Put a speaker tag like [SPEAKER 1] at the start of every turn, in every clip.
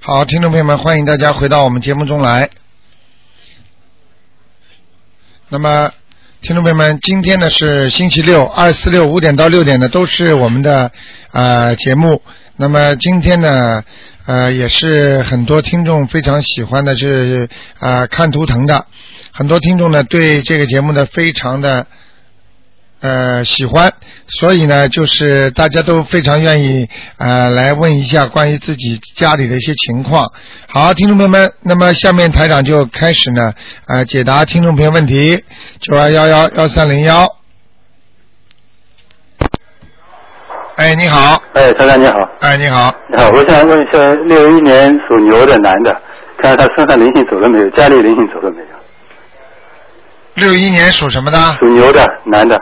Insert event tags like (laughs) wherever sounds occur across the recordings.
[SPEAKER 1] 好，听众朋友们，欢迎大家回到我们节目中来。那么，听众朋友们，今天呢是星期六，二四六五点到六点呢都是我们的呃节目。那么今天呢，呃，也是很多听众非常喜欢的是呃看图腾的，很多听众呢对这个节目呢非常的呃喜欢，所以呢，就是大家都非常愿意呃来问一下关于自己家里的一些情况。好，听众朋友们，那么下面台长就开始呢呃解答听众朋友问题，九二幺幺幺三零幺。哎，你好，
[SPEAKER 2] 哎，台长你好，
[SPEAKER 1] 哎，你好，
[SPEAKER 2] 你好，我想问一下，六一年属牛的男的，看看他身上灵性走了没有，家里灵性走了没有？
[SPEAKER 1] 六一年属什么的？
[SPEAKER 2] 属牛的男的，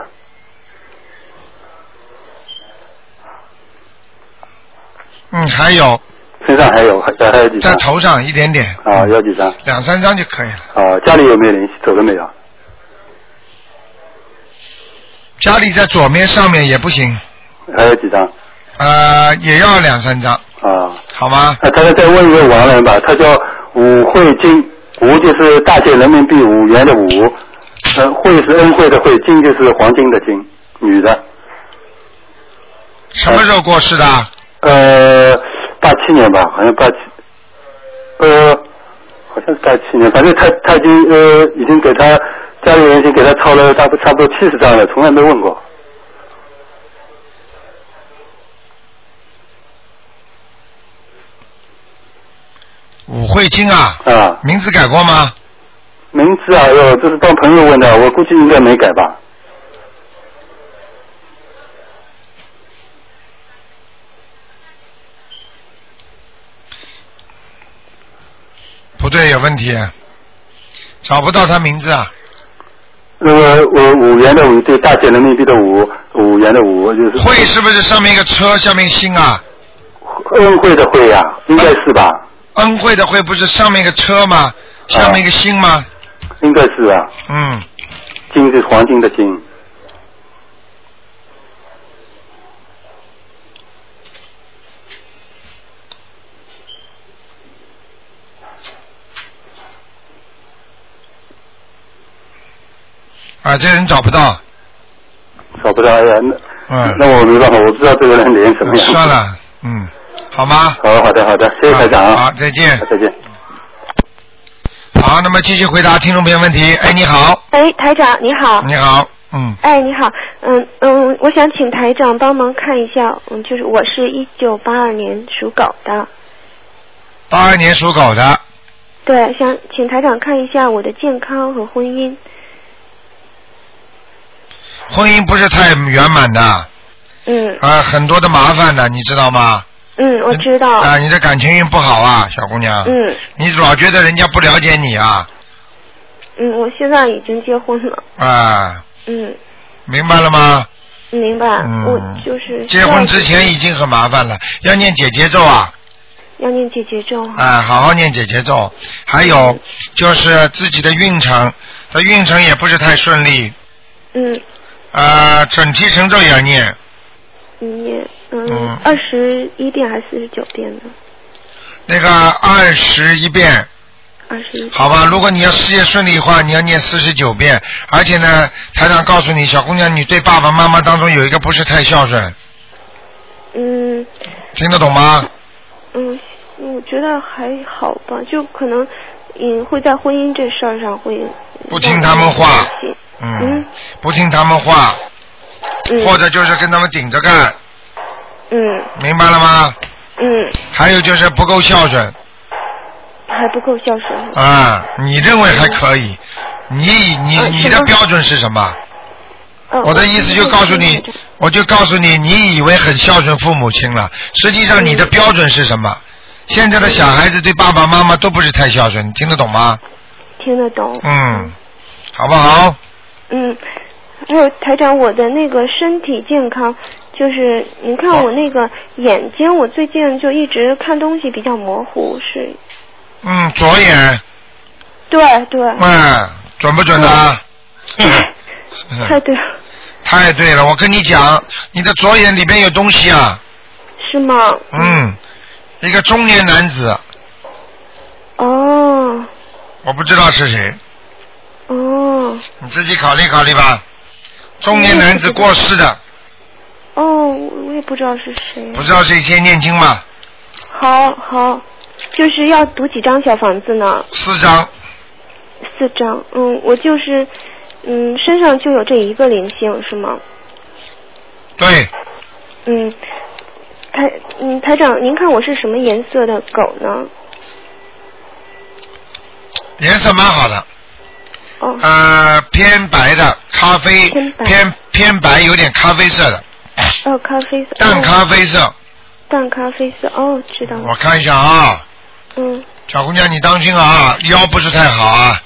[SPEAKER 1] 嗯，还有
[SPEAKER 2] 身上还有还还有几张
[SPEAKER 1] 在？头上一点点，
[SPEAKER 2] 啊，有几张？
[SPEAKER 1] 两三张就可以了。
[SPEAKER 2] 啊，家里有没有灵性走了没有？
[SPEAKER 1] 家里在左面上面也不行，
[SPEAKER 2] 还有几张？
[SPEAKER 1] 呃，也要两三张，
[SPEAKER 2] 啊，
[SPEAKER 1] 好吗？
[SPEAKER 2] 那台长再问一个亡人吧，他叫武慧金，武就是大写人民币五元的武，呃，慧是恩惠的惠，金就是黄金的金，女的，
[SPEAKER 1] 什么时候过世的？
[SPEAKER 2] 呃，八七年吧，好像八七，呃，好像是八七年，反正他他已经呃已经给他家里人已经给他抄了差不差不多七十张了，从来没问过。
[SPEAKER 1] 武慧金啊，
[SPEAKER 2] 啊，
[SPEAKER 1] 名字改过吗？
[SPEAKER 2] 名字啊，哟，这是帮朋友问的，我估计应该没改吧。
[SPEAKER 1] 不对，有问题，找不到他名字啊。
[SPEAKER 2] 那个我五元的五，对，大写人民币的五，五元的五就是
[SPEAKER 1] 慧是不是上面一个车，下面一个心啊？
[SPEAKER 2] 恩惠的惠呀、应该是吧？
[SPEAKER 1] 恩惠的惠不是上面一个车吗？下面一个心吗？
[SPEAKER 2] 啊应该是啊，
[SPEAKER 1] 嗯，
[SPEAKER 2] 金是黄金的金。
[SPEAKER 1] 啊，这人找不到，
[SPEAKER 2] 找不到哎呀，那、
[SPEAKER 1] 嗯
[SPEAKER 2] 那我没办法，我不知道这个人脸什么样。
[SPEAKER 1] 算。了，嗯，好吗？
[SPEAKER 2] 好好的好的，谢谢台长
[SPEAKER 1] 好，
[SPEAKER 2] 啊，
[SPEAKER 1] 再见。
[SPEAKER 2] 再见。
[SPEAKER 1] 好，那么继续回答听众朋友问题。哎，你好，
[SPEAKER 3] 哎，台长你好。
[SPEAKER 1] 你好，嗯，
[SPEAKER 3] 哎，你好，嗯嗯，我想请台长帮忙看一下，嗯，就是我是一九八二年属狗的，
[SPEAKER 1] 八二年属狗的，
[SPEAKER 3] 对，想请台长看一下我的健康和婚姻。
[SPEAKER 1] 婚姻不是太圆满的，啊、
[SPEAKER 3] 嗯
[SPEAKER 1] 很多的麻烦的，你知道吗？
[SPEAKER 3] 嗯，我知道。
[SPEAKER 1] 啊、你的感情运不好啊，小姑娘，
[SPEAKER 3] 嗯
[SPEAKER 1] 你老觉得人家不了解你啊，
[SPEAKER 3] 嗯，我现在已经结婚了。
[SPEAKER 1] 啊、
[SPEAKER 3] 嗯，
[SPEAKER 1] 明白了吗？
[SPEAKER 3] 明白。
[SPEAKER 1] 嗯
[SPEAKER 3] 我就是
[SPEAKER 1] 结婚之前已经很麻烦了，要念姐姐咒啊，
[SPEAKER 3] 要念姐姐咒。
[SPEAKER 1] 啊、好好念姐姐咒。还有就是自己的运程，的运程也不是太顺利，
[SPEAKER 3] 嗯
[SPEAKER 1] 啊、准提神咒也要念，
[SPEAKER 3] 嗯，念嗯
[SPEAKER 1] 嗯
[SPEAKER 3] 二十一遍还是四十九遍呢？
[SPEAKER 1] 那个二十一遍，
[SPEAKER 3] 二十一。
[SPEAKER 1] 好吧？如果你要事业顺利的话，你要念四十九遍。而且呢，台长告诉你，小姑娘，你对爸爸妈妈当中有一个不是太孝顺，
[SPEAKER 3] 嗯。
[SPEAKER 1] 听得懂吗？
[SPEAKER 3] 嗯，我觉得还好吧，就可能，嗯，会在婚姻这事儿上会
[SPEAKER 1] 不听他们话嗯
[SPEAKER 3] 嗯，
[SPEAKER 1] 不听他们话，
[SPEAKER 3] 嗯
[SPEAKER 1] 或者就是跟他们顶着干，
[SPEAKER 3] 嗯
[SPEAKER 1] 明白了吗？
[SPEAKER 3] 嗯，
[SPEAKER 1] 还有就是不够孝顺
[SPEAKER 3] 还不够孝顺。
[SPEAKER 1] 啊，你认为还可以，你你
[SPEAKER 3] 呃
[SPEAKER 1] 你
[SPEAKER 3] 什
[SPEAKER 1] 的
[SPEAKER 3] 么
[SPEAKER 1] 标准是什么？呃
[SPEAKER 3] 嗯
[SPEAKER 1] 我的意思就告诉你，我就告诉你，你以为很孝顺父母亲了，实际上你的标准是什么？现在的小孩子对爸爸妈妈都不是太孝顺，你听得懂吗？
[SPEAKER 3] 听得懂。
[SPEAKER 1] 嗯，好不好？
[SPEAKER 3] 嗯，还有台长，我的那个身体健康，就是你看我那个眼睛，我最近就一直看东西比较模糊，是，
[SPEAKER 1] 嗯，左眼，
[SPEAKER 3] 对对，
[SPEAKER 1] 嗯，准不准呢？
[SPEAKER 3] 太对了，
[SPEAKER 1] 太对了，我跟你讲，你的左眼里边有东西啊，
[SPEAKER 3] 是吗？
[SPEAKER 1] 嗯，一个中年男子，我不知道是谁，
[SPEAKER 3] 哦
[SPEAKER 1] 你自己考虑考虑吧。中年男子过世的，
[SPEAKER 3] 嗯哦，我我也不知道是谁。啊
[SPEAKER 1] 不知啊道谁先念经嘛？
[SPEAKER 3] 好好，就是要读几张小房子呢？
[SPEAKER 1] 四张，
[SPEAKER 3] 四张。嗯，我就是，嗯，身上就有这一个灵性是吗？
[SPEAKER 1] 对，
[SPEAKER 3] 嗯，台嗯台长，您看我是什么颜色的狗
[SPEAKER 1] (laughs)
[SPEAKER 3] 呢？
[SPEAKER 1] 颜色蛮好的，
[SPEAKER 3] 哦，
[SPEAKER 1] 呃，偏白的，咖啡
[SPEAKER 3] 偏白
[SPEAKER 1] 偏偏白，有点咖啡色的，
[SPEAKER 3] 哦，咖啡色。
[SPEAKER 1] 淡
[SPEAKER 3] 哦。
[SPEAKER 1] 咖啡色。
[SPEAKER 3] 淡咖啡色。哦，知道了。
[SPEAKER 1] 我看一下啊，
[SPEAKER 3] 嗯，
[SPEAKER 1] 小姑娘你当心啊，腰不是太好啊，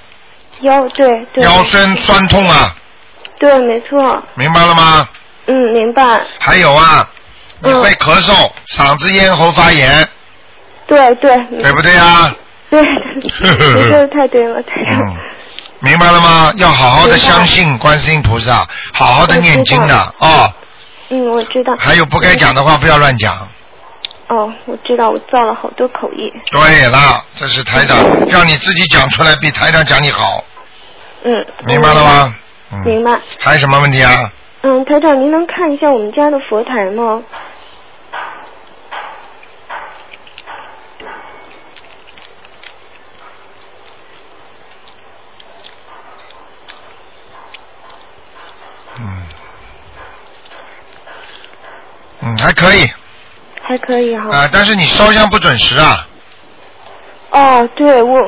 [SPEAKER 3] 腰对对。
[SPEAKER 1] 腰酸酸痛啊，
[SPEAKER 3] 对，没错。
[SPEAKER 1] 明白了吗？
[SPEAKER 3] 嗯，明白。
[SPEAKER 1] 还有啊，你
[SPEAKER 3] 嗯
[SPEAKER 1] 会咳嗽，嗓子咽喉发炎， (laughs)
[SPEAKER 3] 哎对对。没
[SPEAKER 1] 对不对啊？ (laughs)
[SPEAKER 3] 对，你说的太对了，台长。
[SPEAKER 1] 嗯，明白了吗？要好好的
[SPEAKER 3] 明白
[SPEAKER 1] 相信观世音菩萨，好好的念经的
[SPEAKER 3] 我知道
[SPEAKER 1] 哦。
[SPEAKER 3] 嗯，我知道。
[SPEAKER 1] 还有不该讲的话不要乱讲。
[SPEAKER 3] 哦，我知道，我造了好多口业。
[SPEAKER 1] 对了，这是台长，让你自己讲出来比台长讲你好，
[SPEAKER 3] 嗯。
[SPEAKER 1] 明白了？吗？嗯。
[SPEAKER 3] 明白。
[SPEAKER 1] 还有什么问题啊？
[SPEAKER 3] 嗯，台长，您能看一下我们家的佛台吗？
[SPEAKER 1] 嗯，还可以
[SPEAKER 3] 还可以哈。
[SPEAKER 1] 啊、但是你烧香不准时啊，
[SPEAKER 3] 哦，对我。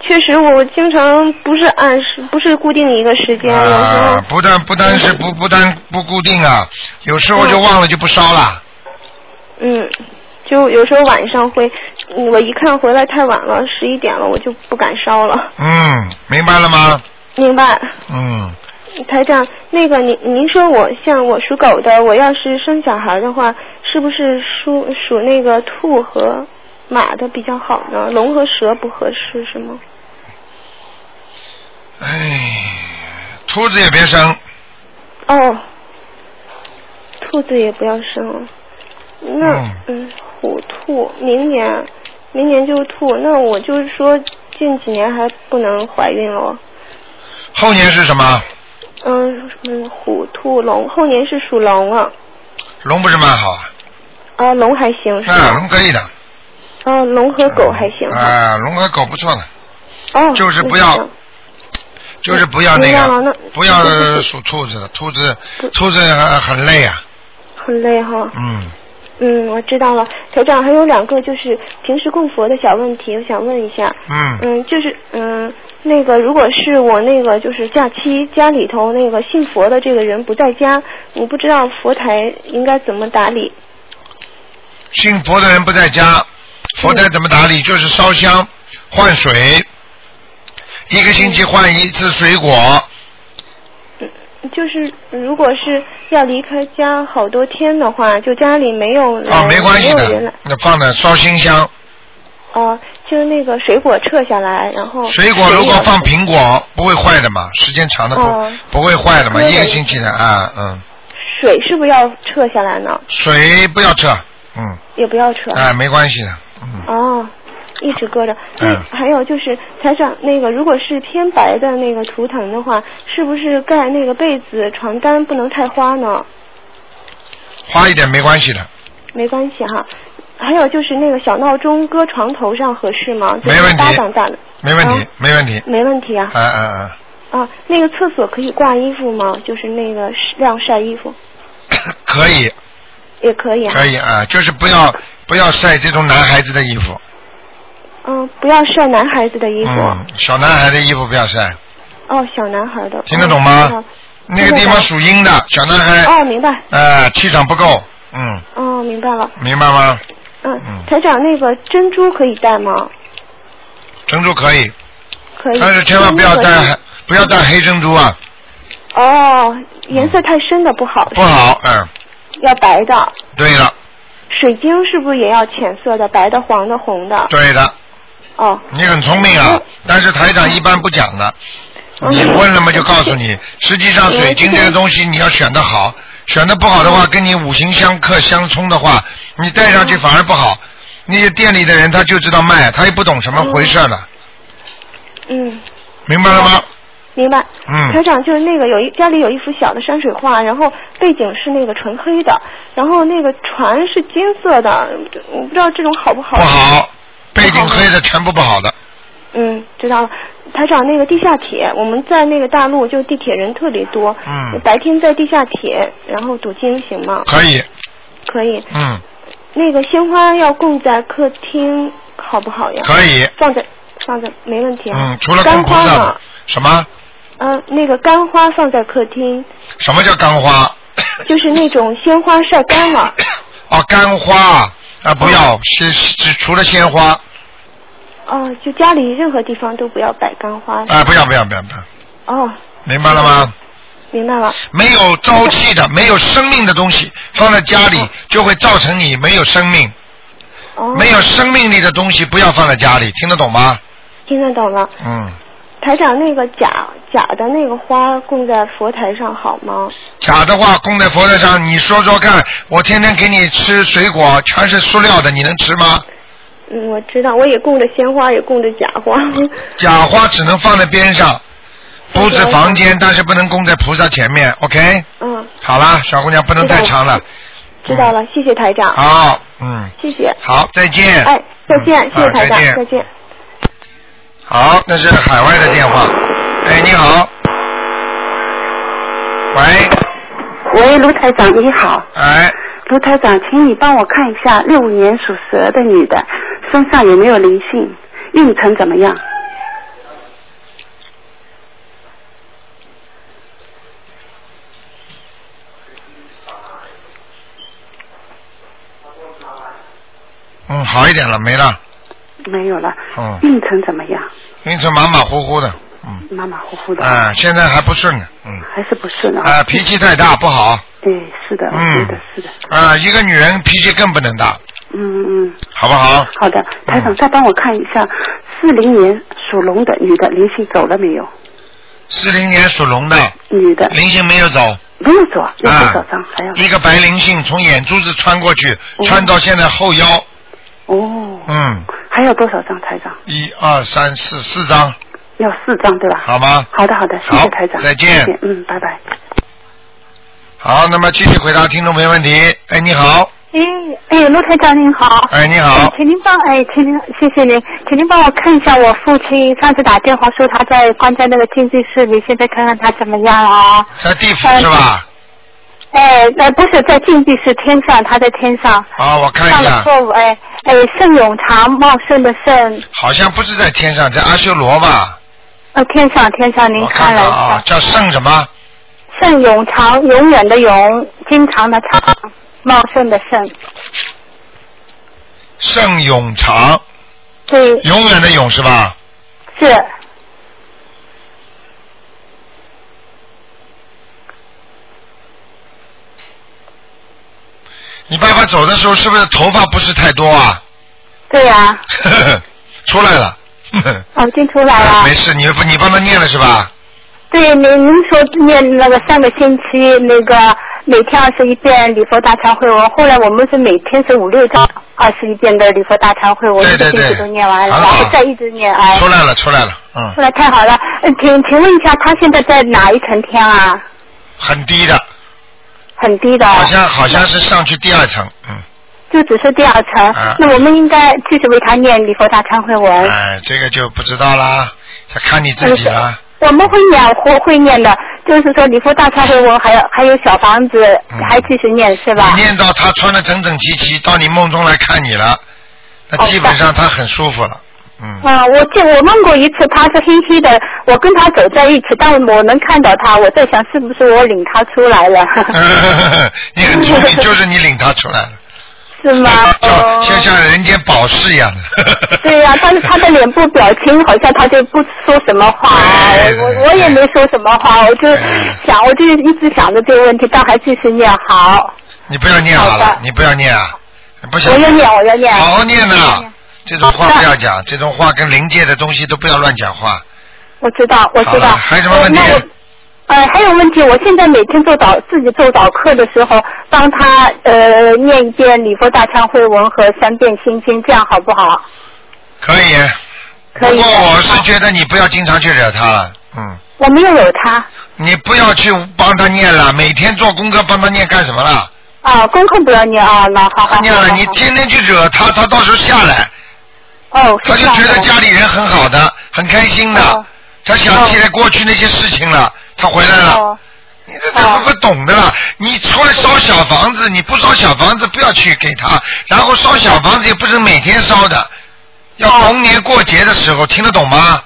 [SPEAKER 3] 确实，我经常不是按时，不是固定一个时间，
[SPEAKER 1] 啊、
[SPEAKER 3] 有时候
[SPEAKER 1] 不但不但是不不但不固定啊，有时候就忘了就不烧了。
[SPEAKER 3] 嗯，就有时候晚上会，嗯我一看回来太晚了，十一点了，我就不敢烧了。
[SPEAKER 1] 嗯，明白了吗？
[SPEAKER 3] 明白。
[SPEAKER 1] 嗯，
[SPEAKER 3] 台长，那个您您说我像我属狗的，我要是生小孩的话，是不是属属那个兔和马的比较好呢？龙和蛇不合适是吗？
[SPEAKER 1] 哎，兔子也别生，
[SPEAKER 3] 哦，兔子也不要生了。那嗯，虎兔明年，明年就是兔。那我就是说近几年还不能怀孕了。
[SPEAKER 1] 后年是什么？
[SPEAKER 3] 嗯嗯，虎兔龙，后年是属龙啊。
[SPEAKER 1] 龙不是蛮好啊？
[SPEAKER 3] 啊，龙还行是
[SPEAKER 1] 啊，
[SPEAKER 3] 吗？
[SPEAKER 1] 龙可以的。嗯
[SPEAKER 3] 哦，龙和狗还行哈。
[SPEAKER 1] 啊，龙和狗不错的，
[SPEAKER 3] 哦，
[SPEAKER 1] 嗯就是不
[SPEAKER 3] 那
[SPEAKER 1] 要
[SPEAKER 3] 行
[SPEAKER 1] 就是不要那
[SPEAKER 3] 明白了
[SPEAKER 1] 个
[SPEAKER 3] 那，
[SPEAKER 1] 不要
[SPEAKER 3] 对对对
[SPEAKER 1] 属兔子的，兔子兔子很很累啊。
[SPEAKER 3] 很累哈。
[SPEAKER 1] 嗯，
[SPEAKER 3] 嗯，我知道了，台长还有两个就是平时供佛的小问题，我想问一下。
[SPEAKER 1] 嗯
[SPEAKER 3] 嗯，就是嗯，那个如果是我那个就是假期家里头那个信佛的这个人不在家，我不知道佛台应该怎么打理。
[SPEAKER 1] 信佛的人不在家，
[SPEAKER 3] 嗯
[SPEAKER 1] 佛台怎么打理？就是烧香、换水，一个
[SPEAKER 3] 嗯
[SPEAKER 1] 星期换一次水果。
[SPEAKER 3] 就是如果是要离开家好多天的话，就家里没有人，
[SPEAKER 1] 哦，没关系
[SPEAKER 3] 嗯没有人来
[SPEAKER 1] 的，那放的烧新香。
[SPEAKER 3] 哦、就是那个水果撤下来，然后
[SPEAKER 1] 水果如果
[SPEAKER 3] 要
[SPEAKER 1] 放苹果，不会坏的嘛，时间长的不
[SPEAKER 3] 嗯
[SPEAKER 1] 不会坏的嘛，
[SPEAKER 3] 对
[SPEAKER 1] 一个星期的啊，嗯，
[SPEAKER 3] 水是不是要撤下来呢？
[SPEAKER 1] 水不要撤，嗯，
[SPEAKER 3] 也不要撤。
[SPEAKER 1] 哎，没关系的，嗯，
[SPEAKER 3] 哦，一直搁着。
[SPEAKER 1] 嗯
[SPEAKER 3] 那还有就是，台长，那个如果是偏白的那个图腾的话，是不是盖那个被子、床单不能太花呢？
[SPEAKER 1] 花一点没关系的，
[SPEAKER 3] 没关系哈。还有就是那个小闹钟搁床头上合适吗？就是
[SPEAKER 1] 没问题
[SPEAKER 3] 巴掌大的，
[SPEAKER 1] 没问题
[SPEAKER 3] 嗯，
[SPEAKER 1] 没问题，
[SPEAKER 3] 没问题啊。
[SPEAKER 1] 啊啊啊。
[SPEAKER 3] 啊，那个厕所可以挂衣服吗？就是那个晾晒衣服
[SPEAKER 1] 可以，
[SPEAKER 3] 也可以啊。
[SPEAKER 1] 可以啊，就是不要不要晒这种男孩子的衣服，
[SPEAKER 3] 嗯，不要晒男孩子的衣服。
[SPEAKER 1] 嗯，小男孩的衣服不要晒，
[SPEAKER 3] 哦，小男孩的。
[SPEAKER 1] 听得懂吗
[SPEAKER 3] 嗯
[SPEAKER 1] 那个地方属阴的，小男
[SPEAKER 3] 知
[SPEAKER 1] 孩
[SPEAKER 3] 道哦，明白。
[SPEAKER 1] 呃气场不够，嗯，
[SPEAKER 3] 哦，明白了。
[SPEAKER 1] 明白吗？
[SPEAKER 3] 嗯
[SPEAKER 1] 嗯，
[SPEAKER 3] 台长，那个珍珠可以戴吗？
[SPEAKER 1] 珍珠可以，
[SPEAKER 3] 可以。
[SPEAKER 1] 但是千万不要
[SPEAKER 3] 珍珠可以
[SPEAKER 1] 戴不要戴黑珍珠啊，
[SPEAKER 3] 哦，颜色太深的不好，
[SPEAKER 1] 嗯不好，嗯，
[SPEAKER 3] 要白的。
[SPEAKER 1] 对了，
[SPEAKER 3] 水晶是不是也要浅色的，白的、黄的、红的？
[SPEAKER 1] 对的，
[SPEAKER 3] 哦，
[SPEAKER 1] 你很聪明啊，但是台长一般不讲的，
[SPEAKER 3] 嗯
[SPEAKER 1] 你问了嘛就告诉你，实际上水晶这个东西你要选的好，选的不好的话，
[SPEAKER 3] 嗯
[SPEAKER 1] 跟你五行相克相冲的话，你戴上去反而不好。那些店里的人他就知道卖，他也不懂什么回事了，
[SPEAKER 3] 嗯，
[SPEAKER 1] 明白了吗？
[SPEAKER 3] 明白。台
[SPEAKER 1] 嗯，
[SPEAKER 3] 长就是那个有一家里有一幅小的山水画，然后背景是那个纯黑的，然后那个船是金色的，我不知道这种好不好。
[SPEAKER 1] 不好，背景黑的全部不好的，
[SPEAKER 3] 嗯，知道了。台长，那个地下铁，我们在那个大陆就地铁人特别多，
[SPEAKER 1] 嗯
[SPEAKER 3] 白天在地下铁，然后读经行吗？
[SPEAKER 1] 可以，
[SPEAKER 3] 可以。
[SPEAKER 1] 嗯，
[SPEAKER 3] 那个鲜花要供在客厅，好不好呀？
[SPEAKER 1] 可以，
[SPEAKER 3] 放在放在没问题啊。
[SPEAKER 1] 嗯，除了
[SPEAKER 3] 干
[SPEAKER 1] 供
[SPEAKER 3] 花
[SPEAKER 1] 菩萨
[SPEAKER 3] 呢
[SPEAKER 1] 的？，什么
[SPEAKER 3] 嗯、那个干花放在客
[SPEAKER 1] (laughs)
[SPEAKER 3] 厅，
[SPEAKER 1] 什么叫干花？
[SPEAKER 3] 就是那种鲜花晒干了。
[SPEAKER 1] 哦，干花啊，不
[SPEAKER 3] 嗯
[SPEAKER 1] 要，是是只除了鲜花
[SPEAKER 3] 哦，就家里任何地方都不要摆干花。
[SPEAKER 1] 啊，不要不要不要不要，
[SPEAKER 3] 哦，
[SPEAKER 1] 明白了吗？
[SPEAKER 3] 明白了。
[SPEAKER 1] 没有朝气的、没有生命的东西放在家里，就会造成你没有生命。
[SPEAKER 3] 哦，
[SPEAKER 1] 没有生命力的东西不要放在家里，听得懂吗？
[SPEAKER 3] 听得懂了。
[SPEAKER 1] 嗯，
[SPEAKER 3] 台长，那个假假的那个花供在佛台上好吗？
[SPEAKER 1] 假的话供在佛台上，你说说看，我天天给你吃水果，全是塑料的，你能吃吗？
[SPEAKER 3] 嗯，我知道，我也供着鲜花，也供着假花。 (laughs)
[SPEAKER 1] 假花只能放在边上，布置房
[SPEAKER 3] 哦
[SPEAKER 1] 间，但是不能供在菩萨前面。OK，
[SPEAKER 3] 嗯，
[SPEAKER 1] 好啦，小姑娘不能太长了。
[SPEAKER 3] 知道了，谢谢台长，
[SPEAKER 1] 嗯好，嗯，
[SPEAKER 3] 谢谢。
[SPEAKER 1] 好，再见。
[SPEAKER 3] 哎，再见，
[SPEAKER 1] 嗯
[SPEAKER 3] 谢谢
[SPEAKER 1] 啊
[SPEAKER 3] 台长，
[SPEAKER 1] 再见
[SPEAKER 3] 再见。
[SPEAKER 1] 好，那是海外的电话。哎，你好。喂，
[SPEAKER 4] 喂，卢台长你好，
[SPEAKER 1] 哎，
[SPEAKER 4] 卢台长，请你帮我看一下六五年属蛇的女的身上有没有灵性，运程怎么样？
[SPEAKER 1] 嗯，好一点了，没了，
[SPEAKER 4] 没有了，
[SPEAKER 1] 嗯
[SPEAKER 4] 运程怎么样？
[SPEAKER 1] 运程马马虎虎的，嗯，
[SPEAKER 4] 马马虎虎的，
[SPEAKER 1] 啊，现在还不顺呢，嗯，
[SPEAKER 4] 还是不顺啊？
[SPEAKER 1] 啊，脾气太大不好，
[SPEAKER 4] 对，是的，
[SPEAKER 1] 嗯
[SPEAKER 4] 我觉得是的，
[SPEAKER 1] 啊，一个女人脾气更不能大，
[SPEAKER 4] 嗯嗯，
[SPEAKER 1] 好不好？
[SPEAKER 4] 好的，
[SPEAKER 1] 嗯
[SPEAKER 4] 台长再帮我看一下四零年属龙的女的灵性走了没有？
[SPEAKER 1] 四零年属龙的，
[SPEAKER 4] 女的
[SPEAKER 1] 灵性没有走，
[SPEAKER 4] 没有走啊，要
[SPEAKER 1] 啊
[SPEAKER 4] 多少张？还要
[SPEAKER 1] 一个白灵性从眼珠子穿过去，
[SPEAKER 4] 哦
[SPEAKER 1] 穿到现在后腰，
[SPEAKER 4] 哦，
[SPEAKER 1] 嗯，
[SPEAKER 4] 还有多少张？台长
[SPEAKER 1] 一二三四四张，
[SPEAKER 4] 要四张对吧？
[SPEAKER 1] 好吗？
[SPEAKER 4] 好的好的，谢
[SPEAKER 1] 好
[SPEAKER 4] 谢台长，
[SPEAKER 1] 再见
[SPEAKER 4] 谢谢嗯，拜拜。
[SPEAKER 1] 好，那么继续回答听众朋友问题。哎，你好，
[SPEAKER 5] 哎哎，陆台长您好。
[SPEAKER 1] 哎，你好，
[SPEAKER 5] 请您帮哎，请您谢谢您，请您帮我看一下我父亲上次打电话说他在关在那个经济室里，现在看看他怎么样啊？
[SPEAKER 1] 在地府是吧？
[SPEAKER 5] 哎，呃，不是在禁忌室天上，他在天上。
[SPEAKER 1] 啊，我看
[SPEAKER 5] 上
[SPEAKER 1] 一
[SPEAKER 5] 了
[SPEAKER 1] 下，
[SPEAKER 5] 错误，哎哎，盛永长茂盛的盛，
[SPEAKER 1] 好像不是在天上，在阿修罗吧？
[SPEAKER 5] 呃，天上天上，您
[SPEAKER 1] 我看
[SPEAKER 5] 了
[SPEAKER 1] 看
[SPEAKER 5] 一
[SPEAKER 1] 啊
[SPEAKER 5] 下，，
[SPEAKER 1] 叫圣什么？
[SPEAKER 5] 盛永长，永远的永，经常的常，茂盛的盛，
[SPEAKER 1] 盛永长，
[SPEAKER 5] 对，
[SPEAKER 1] 永远的永是吧？
[SPEAKER 5] 是，
[SPEAKER 1] 你爸爸走的时候是不是头发不是太多啊？ (laughs)
[SPEAKER 5] 对呀、
[SPEAKER 1] 出来了。
[SPEAKER 5] 哦，已经出来了。
[SPEAKER 1] 没事，你不你帮他念了是吧？
[SPEAKER 5] 对，您您说念那个上个星期那个每天二十一遍礼佛大忏悔文，后来我们是每天是五六章二十一遍的礼佛大忏悔文，
[SPEAKER 1] 对
[SPEAKER 5] 一个
[SPEAKER 1] 对
[SPEAKER 5] 星期
[SPEAKER 1] 对
[SPEAKER 5] 都念完了，
[SPEAKER 1] 很
[SPEAKER 5] 然
[SPEAKER 1] 好
[SPEAKER 5] 后再一直念哎
[SPEAKER 1] 出，来了，出来了，嗯
[SPEAKER 5] 后，来太好了。呃请请问一下，他现在在哪一层天啊？
[SPEAKER 1] 很低的，
[SPEAKER 5] 很低的，哦
[SPEAKER 1] 好像好像是上去第二层，嗯，
[SPEAKER 5] 就只是第二层。
[SPEAKER 1] 啊
[SPEAKER 5] 那我们应该继续为他念礼佛大忏悔文。
[SPEAKER 1] 哎，这个就不知道啦，要看你自己了。
[SPEAKER 5] 我们会念会会念的，就是说礼佛大忏悔文还有还有小房子
[SPEAKER 1] 嗯
[SPEAKER 5] 还继续念是吧
[SPEAKER 1] 你？念到他穿的整整齐齐到你梦中来看你了，那基本上他很舒服了，嗯，
[SPEAKER 5] 啊，我见我梦过一次，他是黑黑的，我跟他走在一起，但我能看到他，我在想是不是我领他出来了，
[SPEAKER 1] (laughs)
[SPEAKER 5] (laughs)
[SPEAKER 1] 你很聪明，就是你领他出来了，
[SPEAKER 5] 是吗？哦
[SPEAKER 1] 就就像人间宝石一样的。 (laughs)
[SPEAKER 5] 对呀、但是他的脸部表情好像他就不说什么话啊，
[SPEAKER 1] 对对
[SPEAKER 5] 我
[SPEAKER 1] 对
[SPEAKER 5] 我我也没说什么话，我就
[SPEAKER 1] 嗯
[SPEAKER 5] 想，我就一直想着这个问题，但还继续念好，
[SPEAKER 1] 你不要念好
[SPEAKER 5] 好
[SPEAKER 1] 了
[SPEAKER 5] 的，
[SPEAKER 1] 你不要念啊，不想
[SPEAKER 5] 我要念，我要念，
[SPEAKER 1] 好好念呐、这种话
[SPEAKER 5] 好的
[SPEAKER 1] 不要讲，这种话跟灵界的东西都不要乱讲话。
[SPEAKER 5] 我知道，我
[SPEAKER 1] 好
[SPEAKER 5] 知道
[SPEAKER 1] 了，。还有什么
[SPEAKER 5] 呃
[SPEAKER 1] 问题？
[SPEAKER 5] 那我呃，还有问题，我现在每天做早自己做早课的时候，帮他呃念一遍礼佛大忏悔文和三遍心经，这样好不好？
[SPEAKER 1] 可以，
[SPEAKER 5] 可
[SPEAKER 1] 不
[SPEAKER 5] 以的。啊
[SPEAKER 1] 过我是觉得你不要经常去惹他了，嗯，
[SPEAKER 5] 我没有有他。
[SPEAKER 1] 你不要去帮他念了，每天做功课帮他念干什么了？
[SPEAKER 5] 啊，功课不要念啊，那好好好
[SPEAKER 1] 他
[SPEAKER 5] 好。
[SPEAKER 1] 念了，你
[SPEAKER 5] 好
[SPEAKER 1] 天天去惹他，他到时候下来，
[SPEAKER 5] 哦，是
[SPEAKER 1] 他就
[SPEAKER 5] 这样
[SPEAKER 1] 觉
[SPEAKER 5] 的
[SPEAKER 1] 得家里人很好的，很开心的
[SPEAKER 5] 哦，
[SPEAKER 1] 他想起来过去那些事情了，他回来了。
[SPEAKER 5] 哦
[SPEAKER 1] 你这怎么不懂的啦？你除了烧小房子，你不烧小房子不要去给他，然后烧小房子也不是每天烧的，要逢年过节的时候，听得懂吗？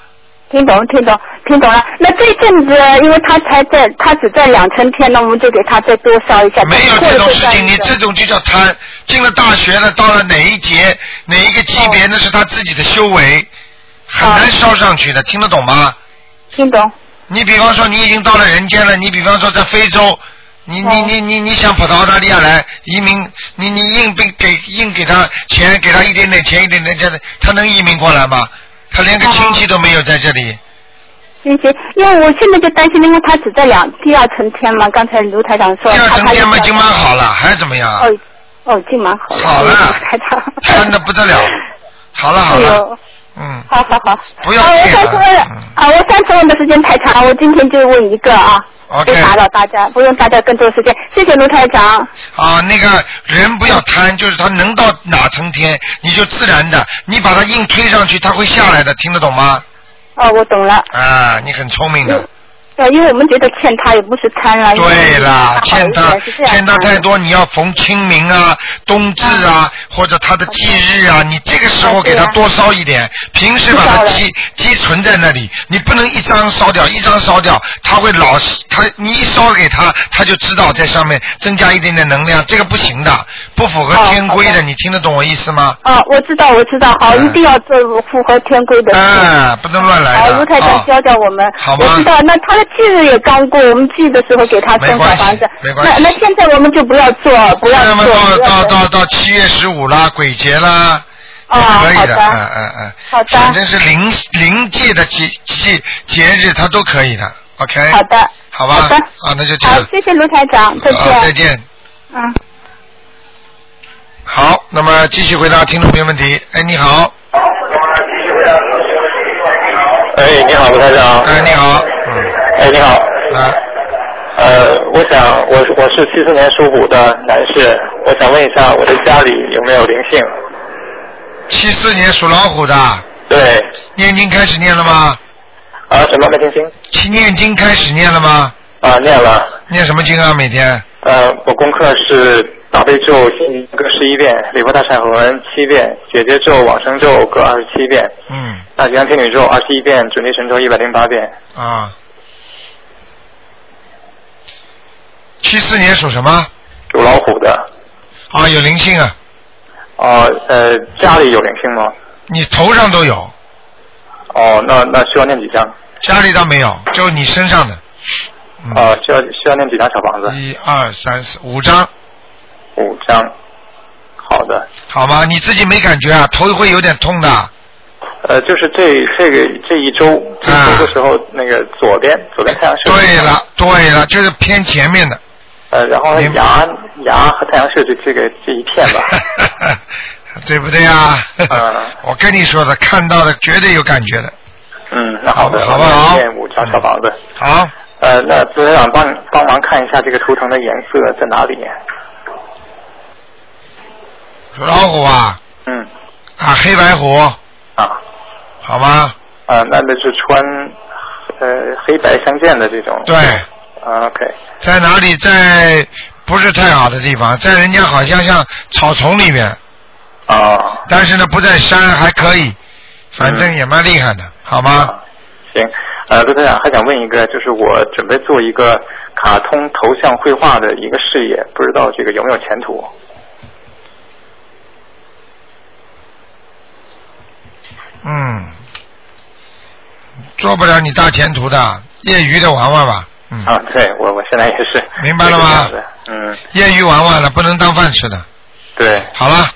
[SPEAKER 5] 听懂听懂听懂了。那这阵子，因为他才在，他只在两层天，那我们就给他再多烧一下。
[SPEAKER 1] 没有
[SPEAKER 5] 哦过
[SPEAKER 1] 这
[SPEAKER 5] 了
[SPEAKER 1] 种
[SPEAKER 5] 这
[SPEAKER 1] 事
[SPEAKER 5] 段
[SPEAKER 1] 情，你
[SPEAKER 5] 日子
[SPEAKER 1] 这种就叫贪。进了大学了，到了哪一节哪一个级
[SPEAKER 5] 哦
[SPEAKER 1] 别，那是他自己的修为，很难烧上去的，听得懂吗？
[SPEAKER 5] 听懂
[SPEAKER 1] 你比方说你已经到了人间了，你比方说在非洲，你你
[SPEAKER 5] 哦
[SPEAKER 1] 你你你想跑到澳大利亚来移民，你你硬给给硬给他钱，给他一点点钱一点点钱的，他能移民过来吗？他连个亲戚都没有在这里，
[SPEAKER 5] 行行，因为我现在就担心，因为他只在两第二层天嘛，刚才卢台长说。
[SPEAKER 1] 第二层
[SPEAKER 5] 他
[SPEAKER 1] 天嘛已经蛮。好
[SPEAKER 5] 了。
[SPEAKER 1] 了，还怎么样？
[SPEAKER 5] 哦哦，已经蛮好了。
[SPEAKER 1] 好了
[SPEAKER 5] 卢台长。
[SPEAKER 1] (laughs) 贪的不得
[SPEAKER 5] (laughs)
[SPEAKER 1] 了。好了好
[SPEAKER 5] 哎
[SPEAKER 1] 了，
[SPEAKER 5] 呦。
[SPEAKER 1] 嗯，
[SPEAKER 5] 好好好，
[SPEAKER 1] 不要
[SPEAKER 5] 啊，我
[SPEAKER 1] 借
[SPEAKER 5] 上次问
[SPEAKER 1] 了嗯
[SPEAKER 5] 啊，我上次问的时间太长，我今天就问一个啊
[SPEAKER 1] OK
[SPEAKER 5] 别打扰大家，不用大家更多时间，谢谢卢台长。
[SPEAKER 1] 啊，那个人不要贪，就是他能到哪层天，你就自然的，你把他硬推上去，他会下来的，听得懂吗？
[SPEAKER 5] 哦，我懂了，
[SPEAKER 1] 啊，你很聪明的。
[SPEAKER 5] 呃，因为我们觉得欠他也嗯不是贪了，因为
[SPEAKER 1] 对啦，欠他
[SPEAKER 5] 好一点是这样
[SPEAKER 1] 欠他太
[SPEAKER 5] 嗯
[SPEAKER 1] 多，你要逢清明啊、冬至啊，或者他的忌日啊，你这个时候给他
[SPEAKER 5] 嗯啊对啊
[SPEAKER 1] 多烧一点，平时把
[SPEAKER 5] 知
[SPEAKER 1] 它
[SPEAKER 5] 道了
[SPEAKER 1] 积积存在那里，你不能一张烧掉，一张烧掉，他会老他你一烧给他，他就知道在上面增加一点点能量，这个不行的，不符合
[SPEAKER 5] 哦
[SPEAKER 1] 天规
[SPEAKER 5] 好
[SPEAKER 1] 的，
[SPEAKER 5] 的
[SPEAKER 1] 你听得懂我意思吗？
[SPEAKER 5] 哦，我知道，我知道，好，
[SPEAKER 1] 嗯
[SPEAKER 5] 一定要做符合天规的事。
[SPEAKER 1] 哎，不能乱来
[SPEAKER 5] 好，
[SPEAKER 1] 的
[SPEAKER 5] 卢台
[SPEAKER 1] 啊
[SPEAKER 5] 长，教教我们。
[SPEAKER 1] 好吗
[SPEAKER 5] 我知道，那他的忌日也刚过，我们忌的时候给他送
[SPEAKER 1] 没
[SPEAKER 5] 小
[SPEAKER 1] 关系
[SPEAKER 5] 房子。
[SPEAKER 1] 没关系
[SPEAKER 5] 那那现在我们就不要做，不要
[SPEAKER 1] 那
[SPEAKER 5] 做，
[SPEAKER 1] 么
[SPEAKER 5] 不
[SPEAKER 1] 到到
[SPEAKER 5] 要做。
[SPEAKER 1] 到到七月十五啦，鬼节啦，也
[SPEAKER 5] 哦
[SPEAKER 1] 可以
[SPEAKER 5] 好
[SPEAKER 1] 的，
[SPEAKER 5] 的
[SPEAKER 1] 嗯嗯嗯，
[SPEAKER 5] 好的
[SPEAKER 1] 反正是灵灵界的节节节日，它都可以的，OK，
[SPEAKER 5] 好，的，
[SPEAKER 1] 好吧，
[SPEAKER 5] 好的
[SPEAKER 1] 啊，那就这
[SPEAKER 5] 好
[SPEAKER 1] 样，，
[SPEAKER 5] 谢谢卢台长，再
[SPEAKER 1] 啊，再
[SPEAKER 5] 见。
[SPEAKER 1] 见。
[SPEAKER 5] 嗯。
[SPEAKER 1] 好，那么继续回答听众朋友问题。哎，你好，
[SPEAKER 6] 哎，你好，卢台长。
[SPEAKER 1] 哎，你好，嗯，
[SPEAKER 6] 哎，你好。
[SPEAKER 1] 啊，
[SPEAKER 6] 呃，我想，我我是七四年属虎的男士，我想问一下，我的家里有没有灵性？
[SPEAKER 1] 七四年属老虎的，
[SPEAKER 6] 对，
[SPEAKER 1] 念经开始念了吗？
[SPEAKER 6] 啊，什么没听清？
[SPEAKER 1] 七念经开始念了吗？
[SPEAKER 6] 啊，念了。
[SPEAKER 1] 念什么经啊？每天
[SPEAKER 6] 呃，我功课是大悲咒心各十一遍，礼佛大忏悔文七遍，姐姐咒往生咒各二十七遍，
[SPEAKER 1] 嗯
[SPEAKER 6] 大吉祥天女咒二十一遍，准提神咒一百零八遍。
[SPEAKER 1] 啊，七四年属什么？
[SPEAKER 6] 属老虎的。
[SPEAKER 1] 啊，有灵性啊，
[SPEAKER 6] 哦、呃，家里有灵性吗？
[SPEAKER 1] 你头上都有，
[SPEAKER 6] 哦，那那需要念几张？
[SPEAKER 1] 家里倒没有，就你身上的。嗯，
[SPEAKER 6] 啊，需要需要念几张小房子？
[SPEAKER 1] 一二三四五张，
[SPEAKER 6] 五张。好的，
[SPEAKER 1] 好吗？你自己没感觉啊？头会有点痛的，
[SPEAKER 6] 呃，就是这这个这一周，这一周的时候，那个左边左边太阳穴，
[SPEAKER 1] 啊对，了对了，就是偏前面的。
[SPEAKER 6] 呃，然后
[SPEAKER 1] 明白
[SPEAKER 6] 牙牙和太阳穴就这个这一片吧，
[SPEAKER 1] (laughs) 对不对啊？
[SPEAKER 6] 嗯
[SPEAKER 1] (laughs) 我跟你说的，看到的绝对有感觉的。
[SPEAKER 6] 嗯，那好的，
[SPEAKER 1] 好不好
[SPEAKER 6] 我念五张小房子，
[SPEAKER 1] 好，
[SPEAKER 6] 呃，那朱台长帮帮忙看一下这个图腾的颜色在哪里？
[SPEAKER 1] 属老虎啊
[SPEAKER 6] 嗯，
[SPEAKER 1] 啊，黑白虎，
[SPEAKER 6] 啊，
[SPEAKER 1] 好吗？
[SPEAKER 6] 啊、那那是穿呃黑白相间的这种，
[SPEAKER 1] 对，
[SPEAKER 6] 啊，OK，
[SPEAKER 1] 在哪里？在不是太好的地方，在人家好像像草丛里面。
[SPEAKER 6] 啊，
[SPEAKER 1] 但是呢，不在山还可以，反正
[SPEAKER 6] 嗯
[SPEAKER 1] 也蛮厉害的，好吗？
[SPEAKER 6] 啊，行，呃，陆队长还想问一个，就是我准备做一个卡通头像绘画的一个事业，不知道这个有没有前途？
[SPEAKER 1] 嗯，做不了你大前途的，业余的玩玩吧，嗯，
[SPEAKER 6] 啊，对我我现在也是
[SPEAKER 1] 明白了吗
[SPEAKER 6] 是这样的嗯，
[SPEAKER 1] 业余玩玩了，不能当饭吃的。
[SPEAKER 6] 对，
[SPEAKER 1] 好了，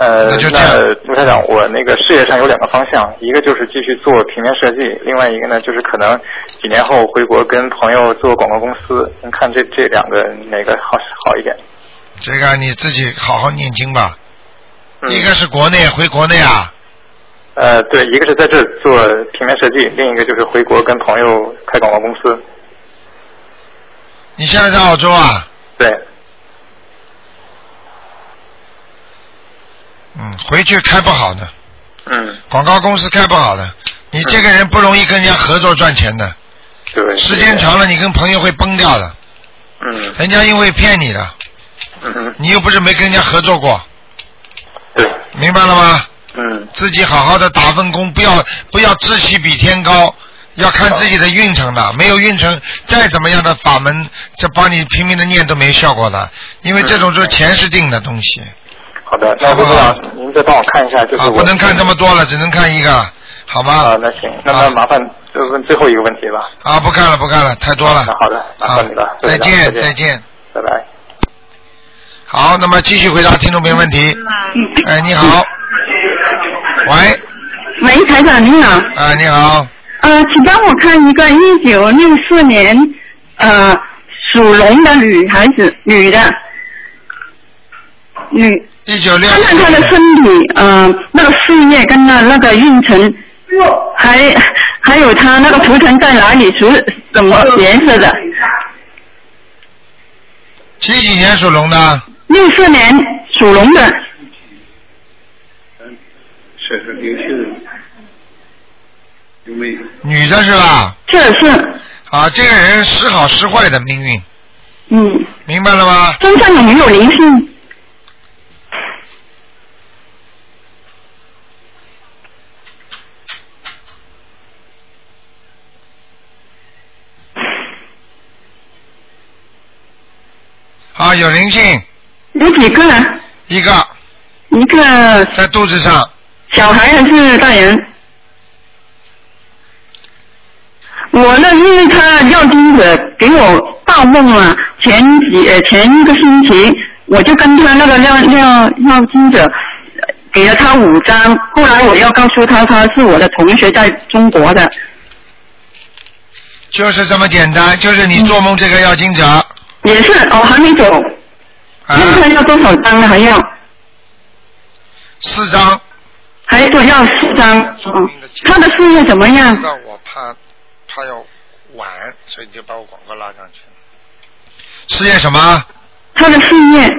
[SPEAKER 6] 呃，
[SPEAKER 1] 那就这样
[SPEAKER 6] 陆台长，我那个事业上有两个方向，一个就是继续做平面设计，另外一个呢就是可能几年后回国跟朋友做广告公司，您看这这两个哪个好好一点？
[SPEAKER 1] 这个你自己好好念经吧。
[SPEAKER 6] 嗯
[SPEAKER 1] 一个是国内回国内啊，
[SPEAKER 6] 呃，对，一个是在这儿做平面设计，另一个就是回国跟朋友开广告公司。
[SPEAKER 1] 你现在在澳洲啊？
[SPEAKER 6] 对，
[SPEAKER 1] 嗯，回去开不好的，
[SPEAKER 6] 嗯，
[SPEAKER 1] 广告公司开不好的。你这个人不容易跟人家合作赚钱的，
[SPEAKER 6] 对。
[SPEAKER 1] 时间长了你跟朋友会崩掉的，
[SPEAKER 6] 嗯
[SPEAKER 1] 人家因为骗你的，
[SPEAKER 6] 嗯哼，
[SPEAKER 1] 你又不是没跟人家合作过，
[SPEAKER 6] 对，
[SPEAKER 1] 明白了吗？
[SPEAKER 6] 嗯
[SPEAKER 1] 自己好好的打份工，不要不要志气比天高，要看自己的运程的。没有运程，再怎么样的法门，这帮你拼命的念都没效果的，因为这种
[SPEAKER 6] 嗯
[SPEAKER 1] 就是钱是定的东西
[SPEAKER 6] 好的，那
[SPEAKER 1] 好不
[SPEAKER 6] 吴
[SPEAKER 1] 好
[SPEAKER 6] 组长，您再帮我看一下，就是
[SPEAKER 1] 啊，
[SPEAKER 6] 我
[SPEAKER 1] 不能看这么多了，只能看一个，好吗
[SPEAKER 6] 啊，？那行，那么麻烦就问最后一个问题吧。
[SPEAKER 1] 啊，不看了不看了，太多了。
[SPEAKER 6] 那好的，麻
[SPEAKER 1] 好
[SPEAKER 6] 烦你了，，
[SPEAKER 1] 再见再
[SPEAKER 6] 再，
[SPEAKER 1] 见。
[SPEAKER 6] 拜拜。
[SPEAKER 1] 好，那么继续回答听众朋友问题。
[SPEAKER 7] 嗯
[SPEAKER 1] 哎，你好。喂，
[SPEAKER 7] 喂，台长您好，
[SPEAKER 1] 哎，你好，
[SPEAKER 7] 呃，请帮我看一个一九六四年呃属龙的女孩子，女的，女，
[SPEAKER 1] 一九六
[SPEAKER 7] 看。看她的身体，呃，那个事业跟那那个运程，还还有她那个图腾在哪里，属什么颜色的？
[SPEAKER 1] 几几年属龙的？
[SPEAKER 7] 六四年属龙的，
[SPEAKER 1] 女的是吧？
[SPEAKER 7] 这是，
[SPEAKER 1] 啊，这个人时好时坏的命运，
[SPEAKER 7] 嗯，
[SPEAKER 1] 明白了吗？
[SPEAKER 7] 身上有没有灵性？
[SPEAKER 1] 啊，有灵性，
[SPEAKER 7] 有几个？啊
[SPEAKER 1] 一个
[SPEAKER 7] 一个
[SPEAKER 1] 在肚子上，
[SPEAKER 7] 小孩还是大人？我呢，因为他要盯着给我报梦啊，前几呃前一个星期我就跟他那个廖廖廖金者呃给了他五张，后来我要告诉他他是我的同学在中国的，
[SPEAKER 1] 就是这么简单，就是你做梦这个要经啊者啊，
[SPEAKER 7] 也是哦还没走，那他要多少张啊呢？还要
[SPEAKER 1] 四张。
[SPEAKER 7] 还得要四张，嗯，他的事业怎么样？
[SPEAKER 1] 那我怕怕要晚，所以你就把我广告拉上去。事业什么？
[SPEAKER 7] 他的事业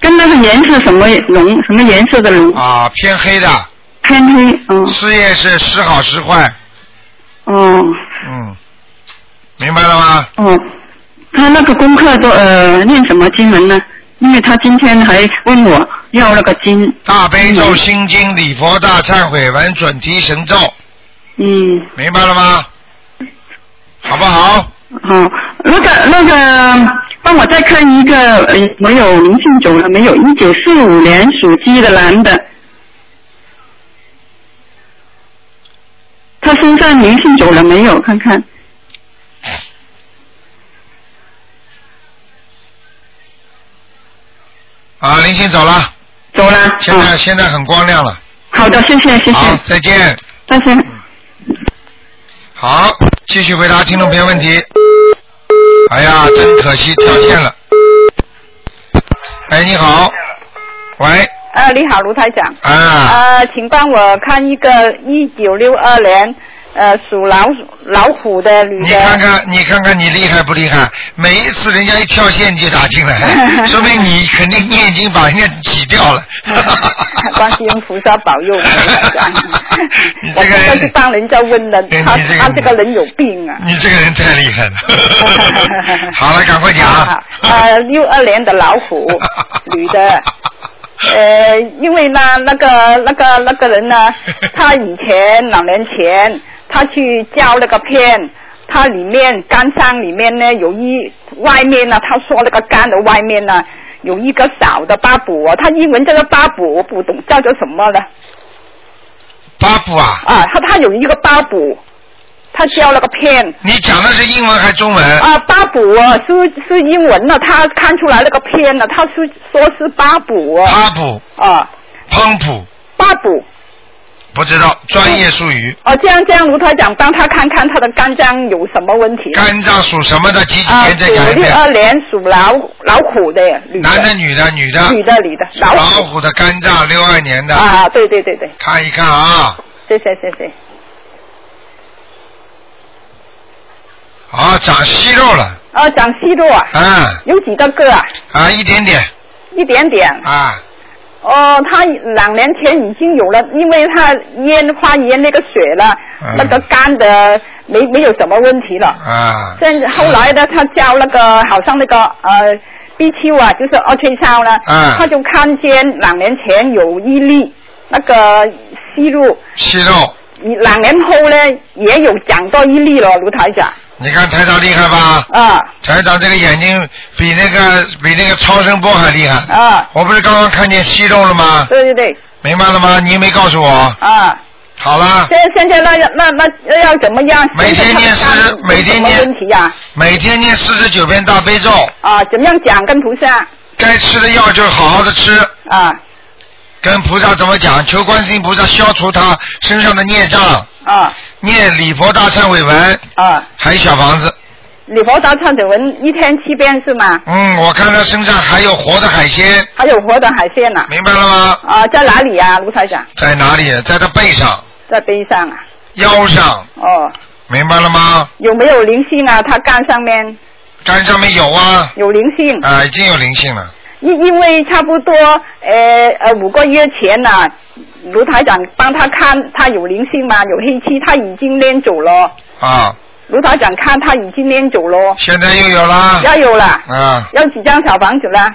[SPEAKER 7] 跟那个颜色什么龙什么颜色的龙
[SPEAKER 1] 啊，偏黑的，
[SPEAKER 7] 偏黑，哦
[SPEAKER 1] 事业是时好时坏，
[SPEAKER 7] 哦
[SPEAKER 1] 嗯，明白了吗？
[SPEAKER 7] 哦，他那个功课都呃念什么经文呢？因为他今天还问我要那个经，
[SPEAKER 1] 大悲咒、心经、礼佛大忏悔文、准提神咒，
[SPEAKER 7] 嗯，
[SPEAKER 1] 明白了吗？好不好？
[SPEAKER 7] 哦，那个那个，帮我再看一个，呃，没有灵性走了没有？一九四五年属鸡的男的，他身上灵性走了没有？看看。
[SPEAKER 1] 啊，林星走了，
[SPEAKER 7] 走了。
[SPEAKER 1] 现在、
[SPEAKER 7] 嗯
[SPEAKER 1] 现在很光亮了。
[SPEAKER 7] 好的，谢谢谢谢，
[SPEAKER 1] 好，再见。
[SPEAKER 7] 再见。
[SPEAKER 1] 好，继续回答听众朋友问题。哎呀，真可惜，掉线了。哎，你好，喂，
[SPEAKER 8] 呃，你好，卢台长。
[SPEAKER 1] 啊，
[SPEAKER 8] 呃，请帮我看一个一九六二年呃属老鼠老虎的女
[SPEAKER 1] 你
[SPEAKER 8] 的。。
[SPEAKER 1] 看看，你看看你厉害不厉害？每一次人家一跳线你就打进来，说明你肯定你已经把人家挤掉了
[SPEAKER 8] 观世音菩萨
[SPEAKER 1] (laughs)
[SPEAKER 8] 保佑我，台长
[SPEAKER 1] 你
[SPEAKER 8] 我
[SPEAKER 1] 这
[SPEAKER 8] 不
[SPEAKER 1] 个
[SPEAKER 8] 该
[SPEAKER 1] 人
[SPEAKER 8] 去帮人家问的
[SPEAKER 1] 对，
[SPEAKER 8] 他
[SPEAKER 1] 你这个
[SPEAKER 8] 他这个人有
[SPEAKER 1] (laughs)
[SPEAKER 8] 病啊。 (laughs)
[SPEAKER 1] 你这个人太厉害了。(laughs)
[SPEAKER 2] 嗯
[SPEAKER 1] 好了，赶快讲。
[SPEAKER 8] 啊，呃，六二年的老 (laughs) 虎女的。呃，因为呢，那个那个那个 (laughs) 人呢，他以前两年前他去教那个片，他里面肝脏里面呢有一外面呢，他说那个肝的外面呢有一个小的巴卜哦，他英文叫做巴卜，我不懂叫做什么了
[SPEAKER 1] 巴布啊，
[SPEAKER 8] 啊，他他有一个巴卜，他教那个片。
[SPEAKER 1] 你讲的是英文还是中文？
[SPEAKER 8] 啊，巴卜哦，是是英文呢，他看出来那个片呢，他是说是巴卜哦，
[SPEAKER 1] 巴布、
[SPEAKER 8] 啊，
[SPEAKER 1] 邦普、
[SPEAKER 8] 巴卜
[SPEAKER 1] 不知道专业术语。
[SPEAKER 8] 哦，这样这样，卢台长帮他看看他的肝脏有什么问题。
[SPEAKER 1] 肝脏属什么的？几几年再讲一
[SPEAKER 8] 九六
[SPEAKER 1] 遍。
[SPEAKER 8] 啊二年属老老虎的女的。
[SPEAKER 1] 男的、女的、女的。
[SPEAKER 8] 女的女的
[SPEAKER 1] 属
[SPEAKER 8] 老
[SPEAKER 1] 老
[SPEAKER 8] 虎
[SPEAKER 1] 虎的肝脏，六二年的。
[SPEAKER 8] 啊，对对对对，
[SPEAKER 1] 看一看啊，
[SPEAKER 8] 谢谢谢谢。
[SPEAKER 1] 啊，长息肉了，
[SPEAKER 8] 哦，长息肉啊，
[SPEAKER 1] 啊
[SPEAKER 8] 有几个个啊？
[SPEAKER 1] 啊，一点点
[SPEAKER 8] 一点点。
[SPEAKER 1] 啊，
[SPEAKER 8] 哦，他两年前已经有了，因为他烟花烟那个血了，
[SPEAKER 1] 嗯
[SPEAKER 8] 那个肝的没没有什么问题了。
[SPEAKER 1] 啊，
[SPEAKER 8] 现在后来呢，他交那个好像那个呃 B Q 啊，就是二推烧呢，
[SPEAKER 1] 嗯
[SPEAKER 8] 他就看见两年前有一例那个吸入，
[SPEAKER 1] 息肉，
[SPEAKER 8] 两年后呢也有讲到一例了，卢台长
[SPEAKER 1] 你看台长厉害吧？
[SPEAKER 8] 啊
[SPEAKER 1] 台长这个眼睛比那个比那个超声波还厉害。
[SPEAKER 8] 啊，
[SPEAKER 1] 我不是刚刚看见息肉了吗？
[SPEAKER 8] 对对对
[SPEAKER 1] 明白了吗？你也没告诉我。
[SPEAKER 8] 啊，
[SPEAKER 1] 好了，
[SPEAKER 8] 现现在那那那那要怎么样？
[SPEAKER 1] 每天念
[SPEAKER 8] 现在
[SPEAKER 1] 诗
[SPEAKER 8] 他的肝
[SPEAKER 1] 每天
[SPEAKER 8] 有什么
[SPEAKER 1] 念
[SPEAKER 8] 问题呀、
[SPEAKER 1] 每天念四十九遍大悲咒，
[SPEAKER 8] 啊？怎么样讲跟菩萨
[SPEAKER 1] 该吃的药就好好的吃，
[SPEAKER 8] 啊
[SPEAKER 1] 跟菩萨怎么讲？求观世音菩萨消除他身上的孽障，
[SPEAKER 8] 啊
[SPEAKER 1] 念礼佛大忏悔文，
[SPEAKER 8] 啊？
[SPEAKER 1] 还有小房子。
[SPEAKER 8] 礼佛大忏悔文一天七遍是吗？
[SPEAKER 1] 嗯，我看他身上还有活的海鲜，
[SPEAKER 8] 还有活的海鲜呐、
[SPEAKER 1] 明白了吗？
[SPEAKER 8] 啊？在哪里呀、卢台长？
[SPEAKER 1] 在哪里？在他背上、
[SPEAKER 8] 在背上啊。
[SPEAKER 1] 腰上，
[SPEAKER 8] 哦，
[SPEAKER 1] 明白了吗？
[SPEAKER 8] 有没有灵性啊？他肝上面
[SPEAKER 1] 肝上面有啊，
[SPEAKER 8] 有灵性，
[SPEAKER 1] 啊，已经有灵性了。
[SPEAKER 8] 因因为差不多呃呃五个月前呐、卢台长帮他看他有灵性嘛，有黑气，他已经练走了。
[SPEAKER 1] 啊，
[SPEAKER 8] 卢台长看他已经练走了，
[SPEAKER 1] 现在又有啦，
[SPEAKER 8] 要有啦，
[SPEAKER 1] 啊，
[SPEAKER 8] 要几张小房子啦？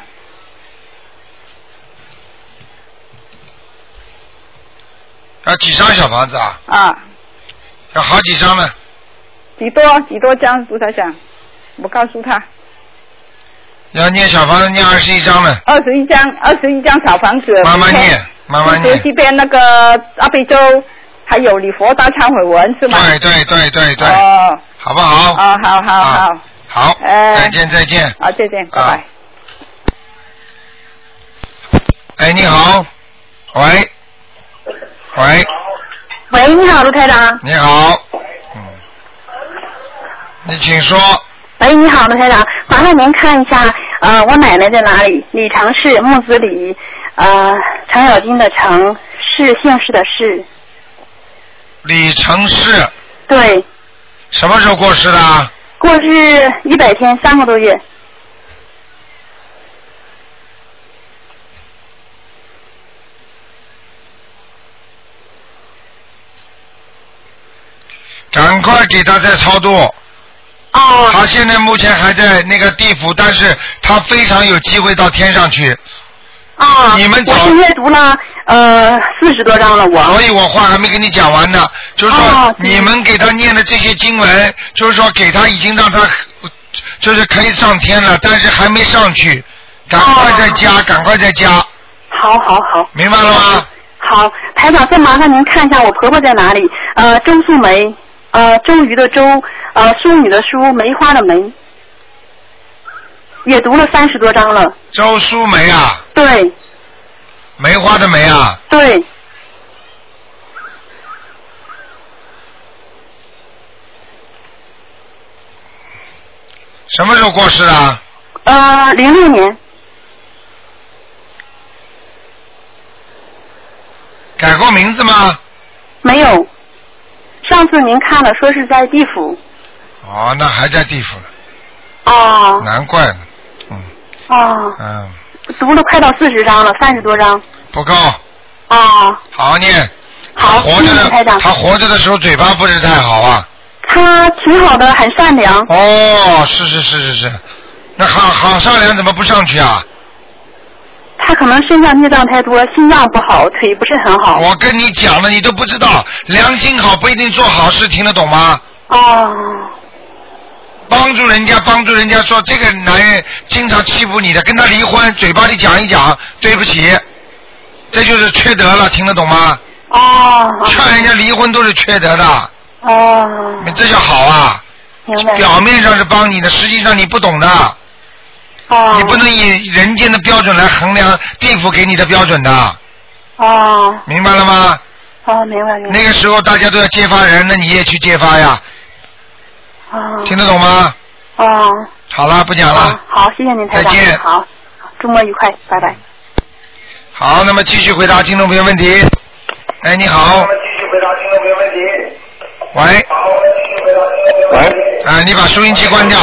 [SPEAKER 1] 要几张小房子啊？
[SPEAKER 8] 啊，
[SPEAKER 1] 要好几张呢？
[SPEAKER 8] 几多几多张？卢台长，我告诉他，
[SPEAKER 1] 要念小房子念二十一张呢，
[SPEAKER 8] 二十一张，二十一张小房子，
[SPEAKER 1] 慢慢
[SPEAKER 8] 每天
[SPEAKER 1] 念，慢慢
[SPEAKER 8] 就是
[SPEAKER 1] 念。
[SPEAKER 8] 这边那个阿贝州，还有礼佛大忏悔文是吗？
[SPEAKER 1] 对对对对对，
[SPEAKER 8] 哦，
[SPEAKER 1] 好不好？
[SPEAKER 8] 哦，好好好，
[SPEAKER 9] 啊
[SPEAKER 1] 好，
[SPEAKER 8] 哎
[SPEAKER 1] 再见再见。
[SPEAKER 8] 好，再见，拜
[SPEAKER 1] 啊
[SPEAKER 8] 拜。
[SPEAKER 1] 哎，你好，喂，喂，
[SPEAKER 7] 喂，你好，卢台长。
[SPEAKER 1] 你好，嗯，你请说，
[SPEAKER 7] 喂，你好，卢台长，麻烦您看一下，呃，我奶奶在哪里？李长氏，木子李，呃，程咬金的程，是姓氏的氏，
[SPEAKER 1] 李成市
[SPEAKER 7] 对，
[SPEAKER 1] 什么时候过世的啊？
[SPEAKER 7] 过世一百天，三个多月，
[SPEAKER 1] 赶快给他再超度。
[SPEAKER 7] 哦，
[SPEAKER 1] 他现在目前还在那个地府，但是他非常有机会到天上去，
[SPEAKER 7] 啊，
[SPEAKER 1] 你们找
[SPEAKER 7] 我现在读了呃四十多章了，我，
[SPEAKER 1] 所以我话还没跟你讲完呢。就是说
[SPEAKER 7] 哦，对
[SPEAKER 1] 你们给他念的这些经文，就是说给他已经让他就是可以上天了，但是还没上去，赶快再加，赶快再加，
[SPEAKER 7] 哦好好好，
[SPEAKER 1] 明白了吗？
[SPEAKER 7] 好，台长，再麻烦您看一下我婆婆在哪里？呃，周素梅，呃，周瑜的周，呃，淑女的淑，梅花的梅，也读了三十多章了。
[SPEAKER 1] 周淑梅啊，
[SPEAKER 7] 对
[SPEAKER 1] 梅花的梅啊，
[SPEAKER 7] 对，
[SPEAKER 1] 什么时候过世的啊？
[SPEAKER 7] 呃，零六年，
[SPEAKER 1] 改过名字吗？
[SPEAKER 7] 没有。上次您看了，说是在地府。
[SPEAKER 1] 哦，那还在地府呢，
[SPEAKER 7] 哦
[SPEAKER 1] 难怪呢。嗯
[SPEAKER 7] 哦，
[SPEAKER 1] 嗯，
[SPEAKER 7] 读了快到四十章了，三十多章。
[SPEAKER 1] 不够，
[SPEAKER 7] 哦，
[SPEAKER 1] 好好念。
[SPEAKER 7] 好嗯
[SPEAKER 1] 他活着
[SPEAKER 7] 谢谢台
[SPEAKER 1] 的，
[SPEAKER 7] 长
[SPEAKER 1] 他活着的时候嘴巴不是太好啊。
[SPEAKER 7] 她挺好的，很善良。
[SPEAKER 1] 哦，是是是是是，那好好善良怎么不上去啊？
[SPEAKER 7] 她可能身上孽障太多，心脏不好，腿不是很好。
[SPEAKER 1] 我跟你讲了，你都不知道，良心好不一定做好事，听得懂吗？
[SPEAKER 7] 哦。
[SPEAKER 1] 帮助人家，帮助人家说这个男人经常欺负你的，跟他离婚，嘴巴里讲一讲，对不起，这就是缺德了，听得懂吗？
[SPEAKER 7] 哦
[SPEAKER 1] 劝人家离婚都是缺德的，
[SPEAKER 7] 哦，
[SPEAKER 1] 这叫好啊！
[SPEAKER 7] 明白。
[SPEAKER 1] 表面上是帮你的，实际上你不懂的，
[SPEAKER 7] 哦，
[SPEAKER 1] 你不能以人间的标准来衡量地府给你的标准的，
[SPEAKER 7] 哦，
[SPEAKER 1] 明白了吗？
[SPEAKER 4] 哦，明白明
[SPEAKER 7] 嗯
[SPEAKER 4] 白。
[SPEAKER 1] 那个时候大家都要揭发人，那你也去揭发呀，
[SPEAKER 7] 嗯
[SPEAKER 4] 哦
[SPEAKER 1] 听得懂吗？
[SPEAKER 4] 哦，
[SPEAKER 1] 好了，不讲了。
[SPEAKER 4] 好，谢谢您台长。
[SPEAKER 1] 再见
[SPEAKER 4] 好，周末愉快，拜拜。
[SPEAKER 1] 好，那么继续回答听众朋友问题。哎，你好。喂。
[SPEAKER 2] 喂，
[SPEAKER 1] 啊，你把收音机关掉。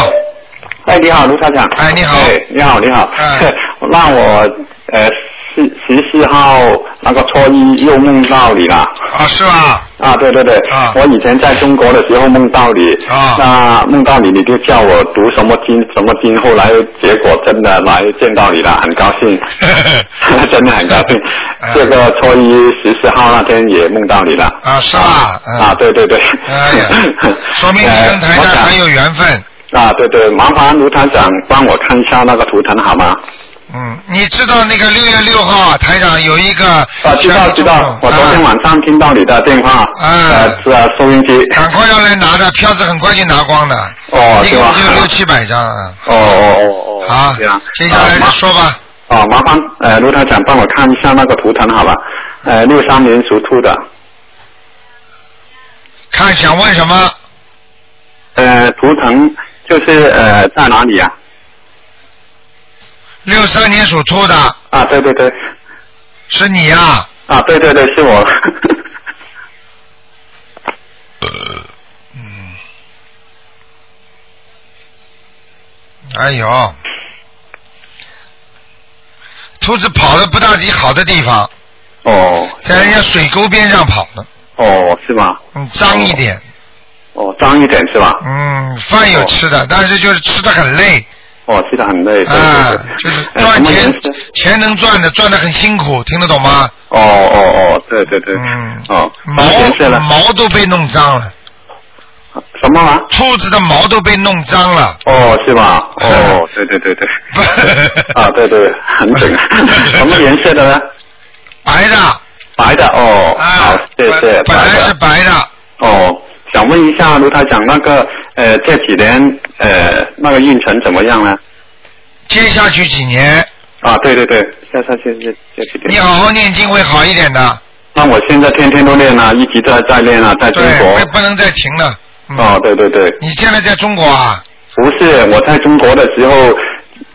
[SPEAKER 2] 哎，你好，卢台长。
[SPEAKER 1] 哎，
[SPEAKER 2] (laughs)
[SPEAKER 1] 你好。
[SPEAKER 2] 哎，你好，你好。
[SPEAKER 1] 嗯
[SPEAKER 2] (laughs) 那我呃十十四号那个初一又梦到你了。
[SPEAKER 1] 啊，是吧？
[SPEAKER 2] 啊，对对对。啊。我以前在中国的时候梦到你。
[SPEAKER 1] 啊。
[SPEAKER 2] 那梦到你，你就叫我读什么经什么经，后来结果真的来见到你了，很高兴， (laughs) 真的很高兴。
[SPEAKER 1] 呃
[SPEAKER 2] 这个初一十四号那天也梦到你了。
[SPEAKER 1] 啊，是吧？嗯
[SPEAKER 2] 啊，对对对。
[SPEAKER 1] 哎
[SPEAKER 2] (laughs)
[SPEAKER 1] 呀，说明你跟台长很有缘分。
[SPEAKER 2] 啊，对对，麻烦卢团长帮我看一下那个图腾好吗？
[SPEAKER 1] 嗯，你知道那个六月六号啊台长有一个嗯
[SPEAKER 2] 啊，知道知
[SPEAKER 1] 哦
[SPEAKER 2] 道，我昨
[SPEAKER 1] 啊
[SPEAKER 2] 天晚上听到你的电话，呃，是啊，收音机，
[SPEAKER 1] 赶快要来拿的票子，很快就拿光的，
[SPEAKER 2] 哦，
[SPEAKER 1] 一
[SPEAKER 2] 是
[SPEAKER 1] 个
[SPEAKER 2] 吧？
[SPEAKER 1] 就六七百张啊。
[SPEAKER 2] 哦哦哦哦，
[SPEAKER 1] 好，接下来说吧。
[SPEAKER 2] 哦，麻烦呃卢团长帮我看一下那个图腾好吧？呃，六三年属兔的，
[SPEAKER 1] 看想问什么？
[SPEAKER 2] 呃，图腾就是呃在哪里啊？
[SPEAKER 1] 六三年属兔的
[SPEAKER 2] 啊，对对对，
[SPEAKER 1] 是你呀、啊？
[SPEAKER 2] 啊，对对对，是我，
[SPEAKER 1] 呃嗯哎呦，兔子跑的不大地好的地方，
[SPEAKER 2] 哦
[SPEAKER 1] 在人家水沟边上跑的，
[SPEAKER 2] 哦，是吗？
[SPEAKER 1] 嗯，脏一点，
[SPEAKER 2] 哦，脏一点是吧？
[SPEAKER 1] 嗯，饭有吃的，但是就是吃的很累，
[SPEAKER 2] 哦，吃的很哦累，对
[SPEAKER 1] 啊
[SPEAKER 2] 对对。，
[SPEAKER 1] 就是
[SPEAKER 2] 呃
[SPEAKER 1] 赚
[SPEAKER 2] 什么
[SPEAKER 1] 钱
[SPEAKER 2] 颜色
[SPEAKER 1] 钱能赚的，赚的很辛苦，听得懂吗？
[SPEAKER 2] 哦哦哦，对对对，
[SPEAKER 1] 嗯
[SPEAKER 2] 哦，
[SPEAKER 1] 毛毛都被弄脏了。
[SPEAKER 2] 什么啊？
[SPEAKER 1] 兔子的毛都被弄脏了。
[SPEAKER 2] 哦，是吧？
[SPEAKER 1] (laughs)
[SPEAKER 2] 哦，对对对对，啊，对对，很准。什么颜色的呢？
[SPEAKER 1] 白的。啊
[SPEAKER 2] 白的哦，好，谢谢。本来是
[SPEAKER 1] 白的。
[SPEAKER 2] 哦，想问一下卢台长，那个呃，这几年呃，那个运程怎么样呢？
[SPEAKER 1] 接下去几年，
[SPEAKER 2] 啊，对对对，下下去这这几
[SPEAKER 1] 你
[SPEAKER 2] 年。
[SPEAKER 1] 好好念经会好一点的，
[SPEAKER 2] 那我现在天天都练啊，一直在在练啊，在中
[SPEAKER 1] 对，
[SPEAKER 2] 国。
[SPEAKER 1] 不能再停了。
[SPEAKER 2] 哦，对对对。
[SPEAKER 1] 嗯你现在在中国啊？
[SPEAKER 2] 不是，我在中国的时候，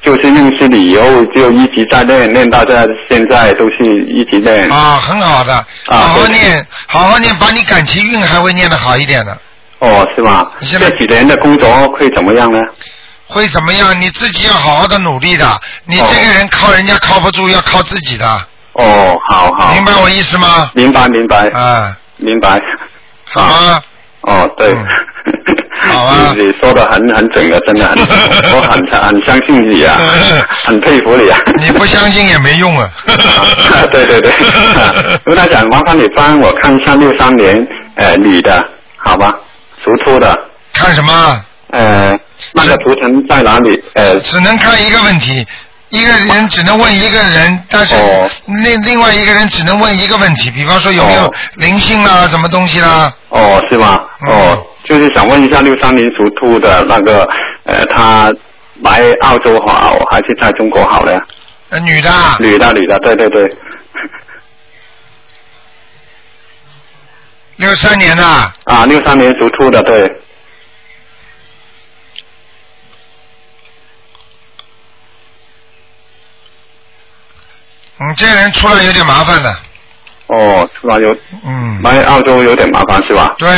[SPEAKER 2] 就是认识你以后，就一直在练，练到在现在都是一直练。
[SPEAKER 1] 啊，很好的，好好念，好好念，把你感情运还会念得好一点的。
[SPEAKER 2] 哦，是吗？这几年的工作会怎么样呢？
[SPEAKER 1] 会怎么样？你自己要好好的努力的。你这个人靠人家靠不住，要靠自己的。
[SPEAKER 2] 哦，好好。
[SPEAKER 1] 明白我意思吗？
[SPEAKER 2] 明白，明白。
[SPEAKER 1] 啊。
[SPEAKER 2] 明白。
[SPEAKER 1] 好啊。
[SPEAKER 2] 哦，对。好啊。 (laughs) 你说的很很准的，啊真的很，我很很相信你
[SPEAKER 1] (laughs)
[SPEAKER 2] 啊，很佩服你啊。 (laughs)
[SPEAKER 1] 你不相信也没用啊。
[SPEAKER 2] 对对对。 (laughs) 啊卢大长，麻烦你帮我看一下六三年呃女的，好吧？属兔的，
[SPEAKER 1] 看什么？
[SPEAKER 2] 呃，那个图腾在哪里？呃，
[SPEAKER 1] 只能看一个问题，一个人只能问一个人，但是
[SPEAKER 2] 哦
[SPEAKER 1] 另另外一个人只能问一个问题，比方说有没有灵性啦，什么东西啦。
[SPEAKER 2] 哦，是吗？
[SPEAKER 1] 嗯
[SPEAKER 2] 哦，就是想问一下六三年属兔的那个，呃，他来澳洲好还是在中国好呢？
[SPEAKER 1] 呃女的啊，
[SPEAKER 2] 女的，女的，对对对，
[SPEAKER 1] 六三年的，
[SPEAKER 2] 啊，六三年属兔的，对，
[SPEAKER 1] 嗯，这人出来有点麻烦的，
[SPEAKER 2] 哦，是吧？有
[SPEAKER 1] 嗯，
[SPEAKER 2] 来澳洲有点麻烦是吧？
[SPEAKER 1] 对，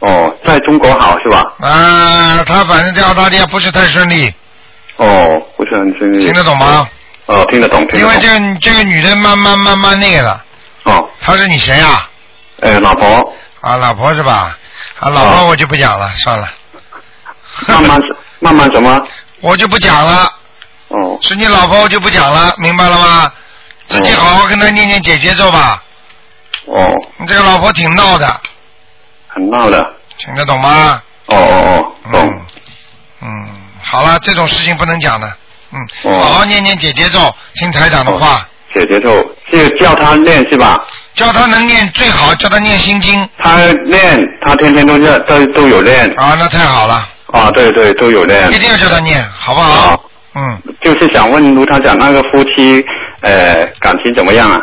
[SPEAKER 2] 哦，在中国好是吧？
[SPEAKER 1] 啊，他反正在澳大利亚不是太顺利，
[SPEAKER 2] 哦，不是很清楚。
[SPEAKER 1] 听得懂吗？
[SPEAKER 2] 哦，听得懂，听
[SPEAKER 1] 因为
[SPEAKER 2] 得
[SPEAKER 1] 这
[SPEAKER 2] 懂。
[SPEAKER 1] 个这个女的慢慢慢慢那个了。
[SPEAKER 2] 哦，
[SPEAKER 1] 她是你谁呀、
[SPEAKER 2] 呃，老婆，哦
[SPEAKER 1] 啊？老婆是吧？啊，老婆我就不讲了，算了，
[SPEAKER 2] 慢
[SPEAKER 1] (laughs)
[SPEAKER 2] 慢慢慢什么？
[SPEAKER 1] 我就不讲了。
[SPEAKER 2] 哦。
[SPEAKER 1] 是你老婆我就不讲了，明白了吗？自己好好跟她念念姐姐咒吧。
[SPEAKER 2] 哦，
[SPEAKER 1] 你这个老婆挺闹的，
[SPEAKER 2] 很闹的。
[SPEAKER 1] 听得懂吗？嗯
[SPEAKER 2] 哦哦哦，懂。
[SPEAKER 1] 好了，这种事情不能讲的。嗯，
[SPEAKER 2] 哦
[SPEAKER 1] 好好念念姐姐咒，听台长的话，
[SPEAKER 2] 姐姐就就叫他练是吧？
[SPEAKER 1] 叫她能念最好，叫她念心经。
[SPEAKER 2] 他练，他天天都在都都有练。
[SPEAKER 1] 啊，那太好了。
[SPEAKER 2] 啊，对对，都有练。
[SPEAKER 1] 一定要叫她念，好不好？
[SPEAKER 2] 好。
[SPEAKER 1] 嗯，
[SPEAKER 2] 就是想问卢他讲那个夫妻，呃，感情怎么样啊？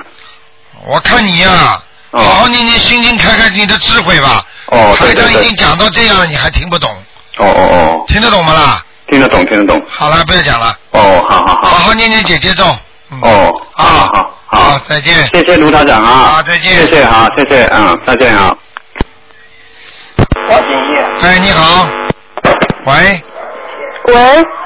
[SPEAKER 1] 我看你呀、好好念念心经，开开你的智慧吧。
[SPEAKER 2] 哦对
[SPEAKER 1] 台长
[SPEAKER 2] 对
[SPEAKER 1] 已
[SPEAKER 2] 对
[SPEAKER 1] 经讲到这样了，你还听不懂？
[SPEAKER 2] 哦哦哦，
[SPEAKER 1] 听得懂吗啦？
[SPEAKER 2] 听得懂，听得懂。
[SPEAKER 1] 好了，不要讲了，
[SPEAKER 2] 哦，好好
[SPEAKER 1] 好
[SPEAKER 2] 好，
[SPEAKER 1] 好念念姐姐咒。嗯
[SPEAKER 2] 哦，好好好，
[SPEAKER 1] 好，再见。
[SPEAKER 2] 谢谢卢台长啊，
[SPEAKER 1] 好，啊再见。
[SPEAKER 2] 谢谢啊，谢谢，嗯，再见啊。
[SPEAKER 1] 哎，你好。喂，
[SPEAKER 10] 喂，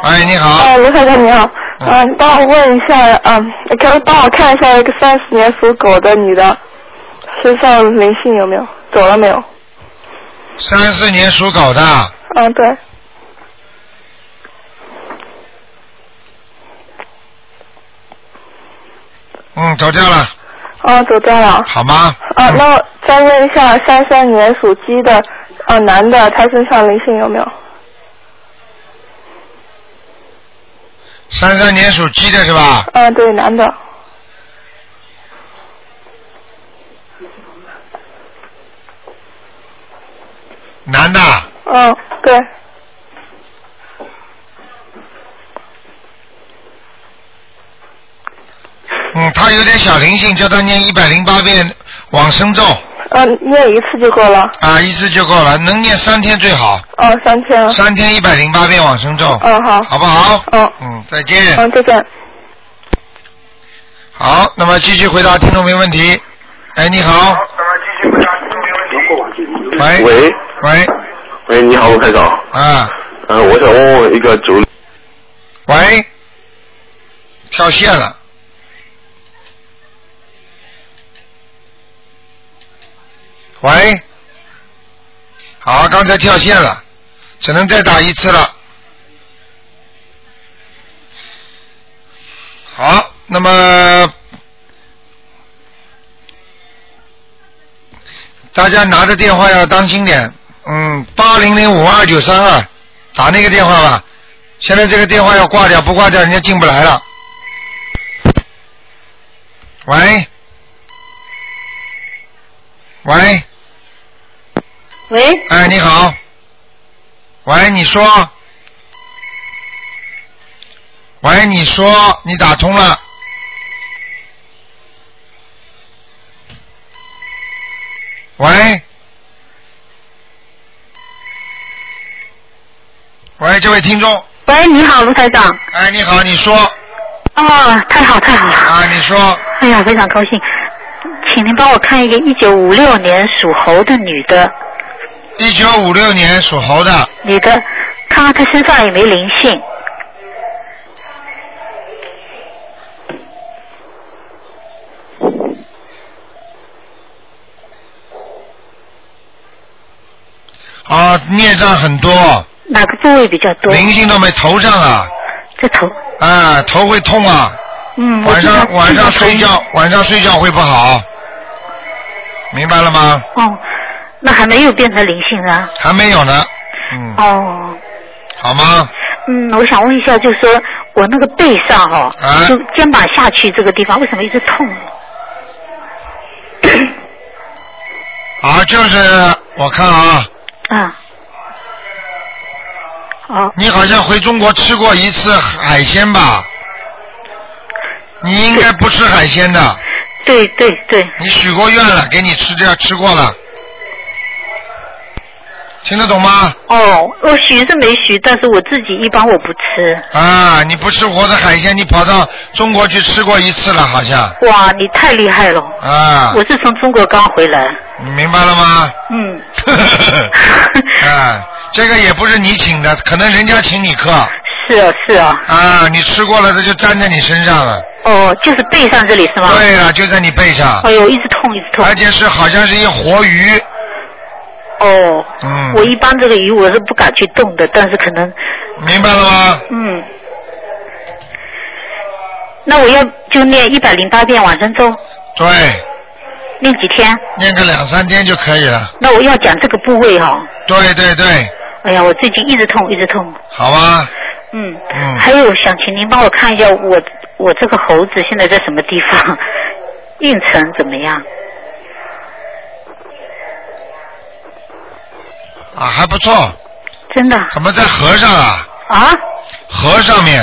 [SPEAKER 1] 哎，你好。
[SPEAKER 10] 哎，卢太太你好，嗯、帮我问一下，嗯，给帮我看一下一个三四年属狗的女的，身上灵性有没有？走了没有？
[SPEAKER 1] 三四年属狗的，
[SPEAKER 10] 嗯，对，
[SPEAKER 1] 嗯，走掉了，
[SPEAKER 10] 啊，走掉了。
[SPEAKER 1] 好吗？
[SPEAKER 10] 啊，那我再问一下，三三年属鸡的，啊，男的，他身上灵性有没有？
[SPEAKER 1] 三三年属鸡的是吧？
[SPEAKER 10] 啊，
[SPEAKER 11] 嗯
[SPEAKER 10] 对，男的。
[SPEAKER 1] 男的，
[SPEAKER 10] 嗯，对，
[SPEAKER 1] 嗯，他有点小灵性，叫他念一百零八遍往生咒
[SPEAKER 10] 嗯，念一次就够了。
[SPEAKER 1] 啊，一次就够了，能念三天最好，
[SPEAKER 10] 哦、三天。
[SPEAKER 1] 三天一百零八遍往生咒，
[SPEAKER 10] 嗯，好。
[SPEAKER 1] 好不好？
[SPEAKER 10] 嗯。
[SPEAKER 1] 嗯，再见。
[SPEAKER 10] 嗯，再见。
[SPEAKER 1] 好，那么继续回答听众没问题。哎，你好，喂
[SPEAKER 2] 喂
[SPEAKER 1] 喂
[SPEAKER 2] 喂，你好，卢台长，
[SPEAKER 1] 啊，
[SPEAKER 2] 呃，我想问问一个主，
[SPEAKER 1] 喂，跳线了。喂，好，刚才跳线了，只能再打一次了。好，那么大家拿着电话要当心点，嗯，八零零五二九三二，打那个电话吧。现在这个电话要挂掉，不挂掉人家进不来了。喂，喂，
[SPEAKER 12] 喂，
[SPEAKER 1] 哎，你好，喂，你说，喂，你说，你打通了，喂，喂，这位听众，
[SPEAKER 12] 喂，你好，卢台长。
[SPEAKER 1] 哎，你好，你说，
[SPEAKER 12] 啊，太好太好了。
[SPEAKER 1] 啊，你说，
[SPEAKER 12] 哎呀，非常高兴，请您帮我看一个一九五六年属猴的女的，
[SPEAKER 1] 一九五六年属猴的，
[SPEAKER 12] 女的，看看她身上有没有灵性。
[SPEAKER 1] 啊，孽障很多，
[SPEAKER 12] 哪个部位比较多？
[SPEAKER 1] 灵性都没头上啊，
[SPEAKER 12] 这头，
[SPEAKER 1] 啊，头会痛啊，
[SPEAKER 12] 嗯，我
[SPEAKER 1] 晚
[SPEAKER 12] 知道
[SPEAKER 1] 上晚上
[SPEAKER 12] 这个头
[SPEAKER 1] 睡觉晚上睡觉会不好，明白了吗？
[SPEAKER 12] 哦，那还没有变成灵性啊。
[SPEAKER 1] 还没有呢，嗯
[SPEAKER 12] 哦，
[SPEAKER 1] 好吗？
[SPEAKER 12] 嗯，我想问一下，就是说我那个背上哦，
[SPEAKER 1] 啊
[SPEAKER 12] 就肩膀下去这个地方，为什么一直痛？
[SPEAKER 1] 啊，就是我看啊，
[SPEAKER 12] 啊，哦，
[SPEAKER 1] 你好像回中国吃过一次海鲜吧？你应该不吃海鲜的。
[SPEAKER 12] 对对对。
[SPEAKER 1] 你许过愿了，给你吃掉吃过了，听得懂吗？
[SPEAKER 12] 哦，我许是没许，但是我自己一般我不吃。
[SPEAKER 1] 啊，你不吃活的海鲜，你跑到中国去吃过一次了，好像
[SPEAKER 12] 哇，你太厉害了！
[SPEAKER 1] 啊，
[SPEAKER 12] 我是从中国刚回来。
[SPEAKER 1] 你明白了
[SPEAKER 12] (laughs)
[SPEAKER 1] 吗？
[SPEAKER 12] 嗯，
[SPEAKER 1] 啊，这个也不是你请的，可能人家请你客。
[SPEAKER 12] 是啊，是啊。
[SPEAKER 1] 啊，你吃过了，这就粘在你身上了。
[SPEAKER 12] 哦，就是背上这里是吗？
[SPEAKER 1] 对啊了，就在你背上。
[SPEAKER 12] 哎呦，一直痛，一直痛。
[SPEAKER 1] 而且是好像是一活鱼。
[SPEAKER 12] 哦，
[SPEAKER 1] 嗯。
[SPEAKER 12] 我一般这个鱼我是不敢去动的，但是可能
[SPEAKER 1] 明白了吗？
[SPEAKER 12] 嗯。那我要就念一百零八遍往生咒，
[SPEAKER 1] 对，
[SPEAKER 12] 念几天？
[SPEAKER 1] 念个两三天就可以了。
[SPEAKER 12] 那我要讲这个部位哈、
[SPEAKER 1] 对对对，
[SPEAKER 12] 哎呀，我最近一直痛，一直痛。
[SPEAKER 1] 好吧。
[SPEAKER 12] 嗯。
[SPEAKER 1] 嗯。
[SPEAKER 12] 还有，想请您帮我看一下我我这个猴子现在在什么地方， (laughs) 运程怎么样？
[SPEAKER 1] 啊，还不错。
[SPEAKER 12] 真的。
[SPEAKER 1] 怎么在河上啊？
[SPEAKER 12] 啊？
[SPEAKER 1] 河上面。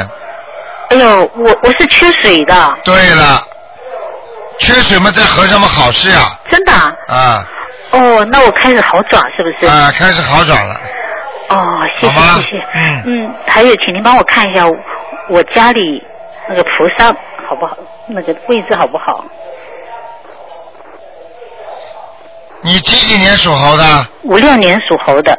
[SPEAKER 12] 哎呦，我我是缺水的。
[SPEAKER 1] 对了，缺什么再合什么好事呀、
[SPEAKER 12] 真的啊、
[SPEAKER 1] 啊！
[SPEAKER 12] 哦，那我开始好转是不是？
[SPEAKER 1] 啊啊，开始好转了。
[SPEAKER 12] 哦，谢谢谢谢。嗯还有，请您帮我看一下我我家里那个菩萨好不好？那个位置好不好？
[SPEAKER 1] 你几几年属猴的？
[SPEAKER 12] 五六年属猴的。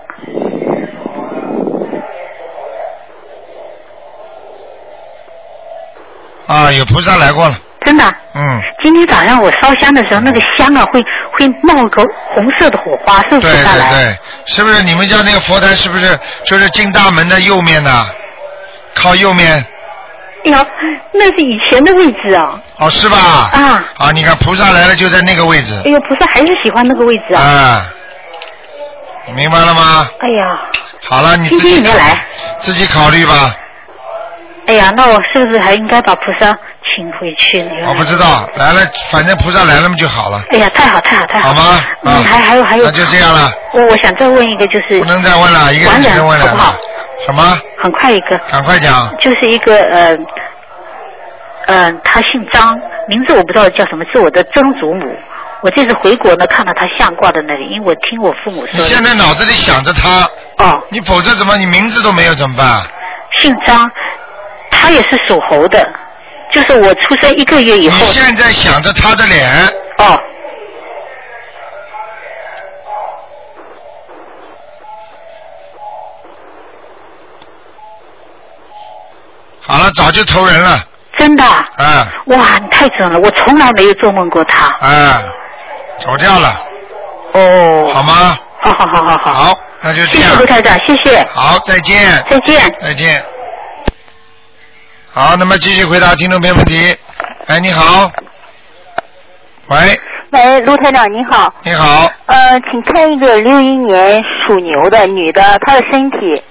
[SPEAKER 1] 啊，有菩萨来过了。
[SPEAKER 12] 真的啊、
[SPEAKER 1] 嗯，
[SPEAKER 12] 今天早上我烧香的时候，那个香啊会会冒个红色的火花，是不
[SPEAKER 1] 对
[SPEAKER 12] 是下
[SPEAKER 1] 对
[SPEAKER 12] 来？
[SPEAKER 1] 对，是不是你们家那个佛台是不是就是进大门的右面呐？靠右面
[SPEAKER 12] 哎呀，那是以前的位置啊！
[SPEAKER 1] 哦，是吧？
[SPEAKER 12] 啊，
[SPEAKER 1] 啊，你看菩萨来了就在那个位置
[SPEAKER 12] 哎呦，菩萨还是喜欢那个位置啊！
[SPEAKER 1] 嗯啊，明白了吗？
[SPEAKER 12] 哎呀，
[SPEAKER 1] 好了，你
[SPEAKER 12] 今
[SPEAKER 1] 自己
[SPEAKER 12] 天有没有来？
[SPEAKER 1] 自己考虑吧，
[SPEAKER 12] 哎呀，那我是不是还应该把菩萨请回去呢？
[SPEAKER 1] 我不知道，来了，反正菩萨来了嘛就好了，
[SPEAKER 12] 哎呀，太好太好太好！
[SPEAKER 1] 好吗？啊
[SPEAKER 12] 嗯，还还有还有，
[SPEAKER 1] 那就这样了。
[SPEAKER 12] 我我想再问一个，就是不
[SPEAKER 1] 能再问了，一个人只能问
[SPEAKER 12] 好
[SPEAKER 1] 两
[SPEAKER 12] 不好
[SPEAKER 1] 个？，什么？
[SPEAKER 12] 很快一个，
[SPEAKER 1] 赶快讲。
[SPEAKER 12] 就是一个呃呃，他姓张，名字我不知道叫什么，是我的曾祖母。我这次回国呢，看到他相挂的那里，因为我听我父母
[SPEAKER 1] 你
[SPEAKER 12] 说
[SPEAKER 1] 现在脑子里想着他。
[SPEAKER 12] 哦。
[SPEAKER 1] 你否则怎么？你名字都没有怎么办？
[SPEAKER 12] 姓张，他也是属猴的，就是我出生一个月以
[SPEAKER 1] 你
[SPEAKER 12] 后。
[SPEAKER 1] 现在想着他的脸。
[SPEAKER 12] 哦。
[SPEAKER 1] 好了，早就投人了。
[SPEAKER 12] 真的啊？
[SPEAKER 1] 啊
[SPEAKER 12] 哇，你太准了，我从来没有做梦过他。
[SPEAKER 1] 啊，走掉了。
[SPEAKER 12] 哦。
[SPEAKER 1] 好吗？
[SPEAKER 12] 好好好好好。
[SPEAKER 1] 好，那就这
[SPEAKER 12] 谢谢
[SPEAKER 1] 样。
[SPEAKER 12] 卢台长，谢谢。
[SPEAKER 1] 好，再见。
[SPEAKER 12] 再见。
[SPEAKER 1] 再见。好，那么继续回答听众朋友问题。哎，你好。喂，
[SPEAKER 11] 喂，卢台长你好。
[SPEAKER 1] 你好。
[SPEAKER 11] 呃，请看一个六一年属牛的女的，她的身体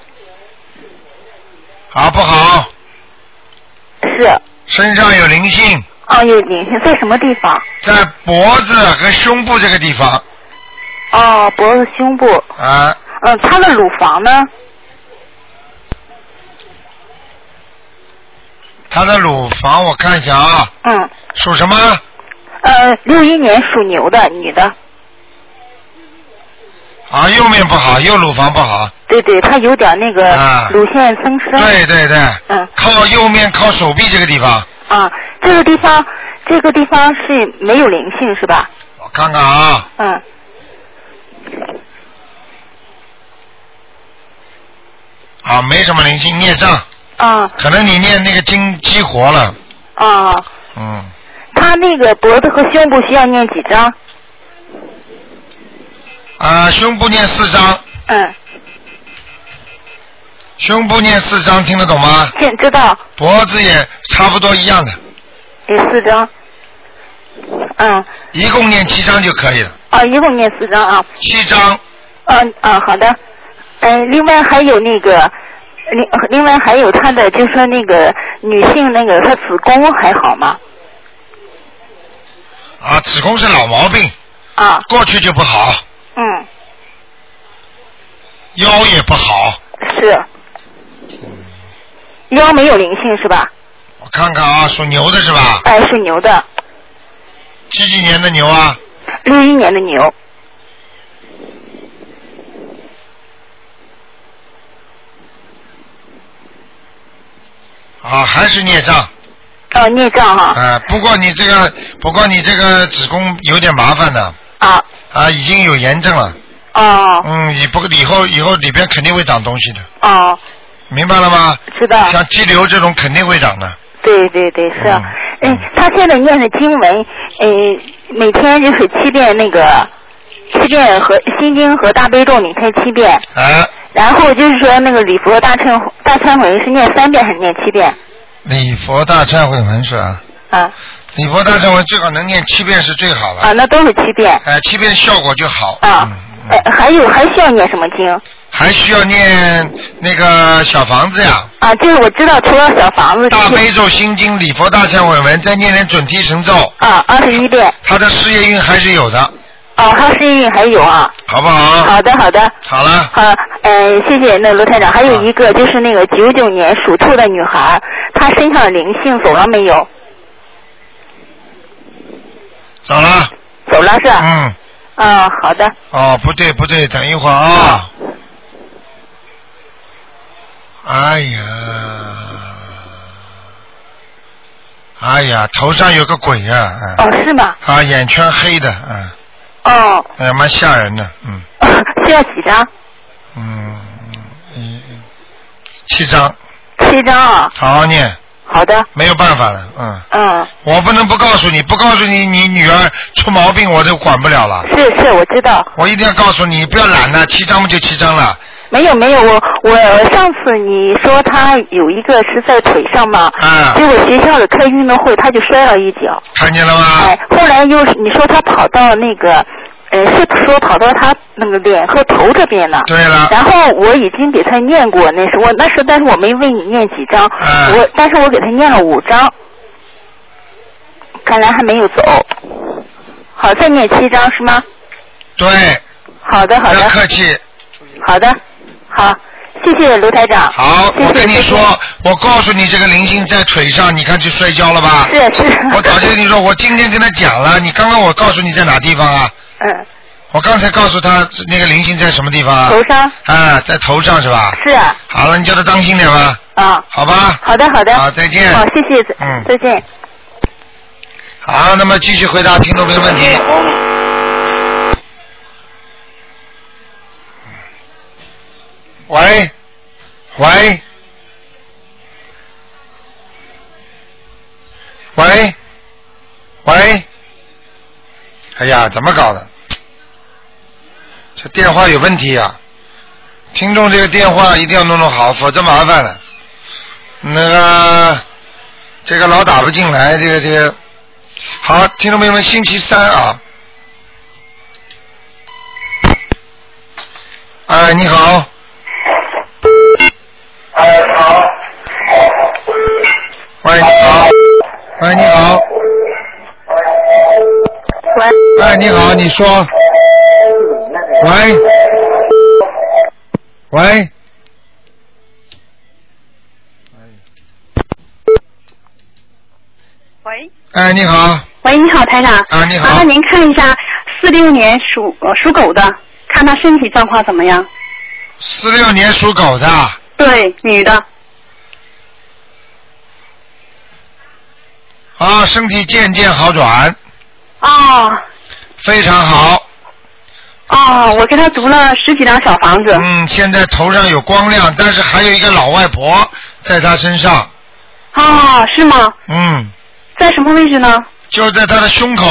[SPEAKER 1] 好不好？
[SPEAKER 11] 是。
[SPEAKER 1] 身上有灵性，
[SPEAKER 11] 哦有灵性，在什么地方？
[SPEAKER 1] 在脖子和胸部这个地方
[SPEAKER 11] 哦，脖子、胸部。
[SPEAKER 1] 啊，
[SPEAKER 11] 嗯、她的乳房呢？
[SPEAKER 1] 他的乳房我看一下啊，
[SPEAKER 11] 嗯。
[SPEAKER 1] 属什么？
[SPEAKER 11] 呃，六一年属牛的女的，
[SPEAKER 1] 啊，右面不好，右乳房不好。
[SPEAKER 11] 对对，她有点那个
[SPEAKER 1] 啊
[SPEAKER 11] 乳腺增生。
[SPEAKER 1] 对对对。
[SPEAKER 11] 嗯。
[SPEAKER 1] 靠右面，靠手臂这个地方，
[SPEAKER 11] 啊，这个地方，这个地方是没有灵性是吧？
[SPEAKER 1] 我看看啊，
[SPEAKER 11] 嗯。
[SPEAKER 1] 啊，没什么灵性，孽障，
[SPEAKER 11] 啊
[SPEAKER 1] 可能你念那个经激活了，
[SPEAKER 11] 啊，
[SPEAKER 1] 嗯，
[SPEAKER 11] 她那个脖子和胸部需要念几张？
[SPEAKER 1] 啊，胸部念四张，
[SPEAKER 11] 嗯，
[SPEAKER 1] 胸部念四张，听得懂吗？
[SPEAKER 11] 听知道。
[SPEAKER 1] 脖子也差不多一样的，
[SPEAKER 11] 得四张。嗯，
[SPEAKER 1] 一共念七张就可以了。
[SPEAKER 11] 啊，一共念四张啊。
[SPEAKER 1] 七张。
[SPEAKER 11] 嗯啊，好的。嗯，另外还有那个，另另外还有她的，就说那个女性那个她子宫还好吗？
[SPEAKER 1] 啊，子宫是老毛病，
[SPEAKER 11] 啊，
[SPEAKER 1] 过去就不好，
[SPEAKER 11] 嗯，
[SPEAKER 1] 腰也不好，
[SPEAKER 11] 是。腰没有灵性是吧？
[SPEAKER 1] 我看看啊，属牛的是吧？
[SPEAKER 11] 哎，属牛的，
[SPEAKER 1] 几几年的牛啊？
[SPEAKER 11] 六一年的牛。
[SPEAKER 1] 啊，还是孽障。
[SPEAKER 11] 哦，孽障哈、
[SPEAKER 1] 啊，不过你这个，不过你这个子宫有点麻烦的。
[SPEAKER 11] 啊。
[SPEAKER 1] 啊，已经有炎症了。
[SPEAKER 11] 哦。
[SPEAKER 1] 嗯，以不以后以后里边肯定会长东西的，
[SPEAKER 11] 哦，
[SPEAKER 1] 明白了吗？
[SPEAKER 11] 知道。
[SPEAKER 1] 像肌瘤这种肯定会长的。
[SPEAKER 11] 对对对，是啊。嗯，他现在念的经文，呃，每天就是七遍那个七遍和心经和大悲咒每天七遍，
[SPEAKER 1] 啊，
[SPEAKER 11] 然后就是说那个礼佛大忏大忏悔是念三遍还是念七遍？
[SPEAKER 1] 礼佛大忏悔文是吧？
[SPEAKER 11] 啊
[SPEAKER 1] 礼佛大忏悔最好能念七遍是最好了。
[SPEAKER 11] 啊，那都是七遍。
[SPEAKER 1] 哎、七遍效果就好。嗯
[SPEAKER 11] 啊，呃，还有还需要念什么经？
[SPEAKER 1] 还需要念那个小房子呀。
[SPEAKER 11] 啊，这个我知道，除了小房子。
[SPEAKER 1] 大悲咒、心经、礼佛大忏悔文，再念点准提神咒。
[SPEAKER 11] 啊，二十一遍。
[SPEAKER 1] 他的事业运还是有的，
[SPEAKER 11] 哦，还有幸运还有啊。
[SPEAKER 1] 好不好？
[SPEAKER 11] 好的，好的。
[SPEAKER 1] 好了，
[SPEAKER 11] 好，呃，谢谢那罗台长。还有一个就是那个九九年属兔的女孩，她身上灵性走了没有？
[SPEAKER 1] 走了。
[SPEAKER 11] 走了是吧？
[SPEAKER 1] 嗯。
[SPEAKER 11] 嗯，好的。
[SPEAKER 1] 哦，不对不对，等一会儿啊、哎呀，哎呀，头上有个鬼呀、啊！
[SPEAKER 11] 哦，是吗？
[SPEAKER 1] 啊，眼圈黑的，啊，
[SPEAKER 11] 哦，
[SPEAKER 1] 哎呀，蛮吓人的，嗯
[SPEAKER 11] 需要几张？
[SPEAKER 1] 嗯嗯，嗯七张，
[SPEAKER 11] 七张啊。
[SPEAKER 1] 好好念，
[SPEAKER 11] 好的，
[SPEAKER 1] 没有办法了，嗯，
[SPEAKER 11] 嗯，
[SPEAKER 1] 我不能不告诉你，不告诉你，你女儿出毛病我都管不了了。
[SPEAKER 11] 是是，我知道。
[SPEAKER 1] 我一定要告诉你，不要懒了，七张不就七张了？
[SPEAKER 11] 没有没有，我我上次你说他有一个是在腿上嘛，
[SPEAKER 1] 嗯
[SPEAKER 11] 结果学校里开运动会他就摔了一跤，
[SPEAKER 1] 看见了吗？
[SPEAKER 11] 哎，后来又是你说他跑到那个，呃，是说跑到他那个脸和头这边了。
[SPEAKER 1] 对了
[SPEAKER 11] 然后我已经给他念过，那时候我那时候但是我没问你念几张，
[SPEAKER 1] 啊
[SPEAKER 11] 我但是我给他念了五张，看来还没有走。好，再念七张是吗？
[SPEAKER 1] 对，
[SPEAKER 11] 好的，好
[SPEAKER 1] 不
[SPEAKER 11] 的
[SPEAKER 1] 要，客气。
[SPEAKER 11] 好的，好，谢谢卢台长。
[SPEAKER 1] 好，
[SPEAKER 11] 谢谢
[SPEAKER 1] 我跟你
[SPEAKER 11] 谢谢
[SPEAKER 1] 说，我告诉你，这个灵性在腿上，你看去摔跤了吧？
[SPEAKER 11] 是是。
[SPEAKER 1] 我早就跟你说，我今天跟他讲了，你刚刚我告诉你在哪地方啊？
[SPEAKER 11] 嗯。
[SPEAKER 1] 我刚才告诉他是那个灵性在什么地方啊？
[SPEAKER 11] 头上。
[SPEAKER 1] 啊，在头上是吧？
[SPEAKER 11] 是啊。
[SPEAKER 1] 好了，你叫他当心点吧，
[SPEAKER 11] 啊，
[SPEAKER 1] 好吧？
[SPEAKER 11] 好的好的，
[SPEAKER 1] 好，再见。
[SPEAKER 11] 好，谢谢，再
[SPEAKER 1] 嗯
[SPEAKER 11] 再见。
[SPEAKER 1] 好，那么继续回答听众朋友问题。喂，喂，喂，喂，哎呀，怎么搞的？这电话有问题呀、听众这个电话一定要弄弄好，否则麻烦了。那个，这个老打不进来，这个这个。好，听众朋友们，星期三啊。哎，你好。哎，你好。喂，你好。喂，你好。喂。哎，你好，你说。喂。喂。
[SPEAKER 7] 喂
[SPEAKER 1] 哎，你好。
[SPEAKER 7] 喂，你好，台长。
[SPEAKER 1] 啊你好
[SPEAKER 7] 麻烦您看一下四六年属呃属狗的，看她身体状况怎么样？
[SPEAKER 1] 四六年属狗的。
[SPEAKER 7] 对，女的。
[SPEAKER 1] 啊，身体渐渐好转，
[SPEAKER 7] 哦
[SPEAKER 1] 非常好。
[SPEAKER 7] 哦，我给她读了十几张小房子。
[SPEAKER 1] 嗯，现在头上有光亮，但是还有一个老外婆在她身上。
[SPEAKER 7] 哦，是吗？
[SPEAKER 1] 嗯，
[SPEAKER 7] 在什么位置呢？
[SPEAKER 1] 就在她的胸口。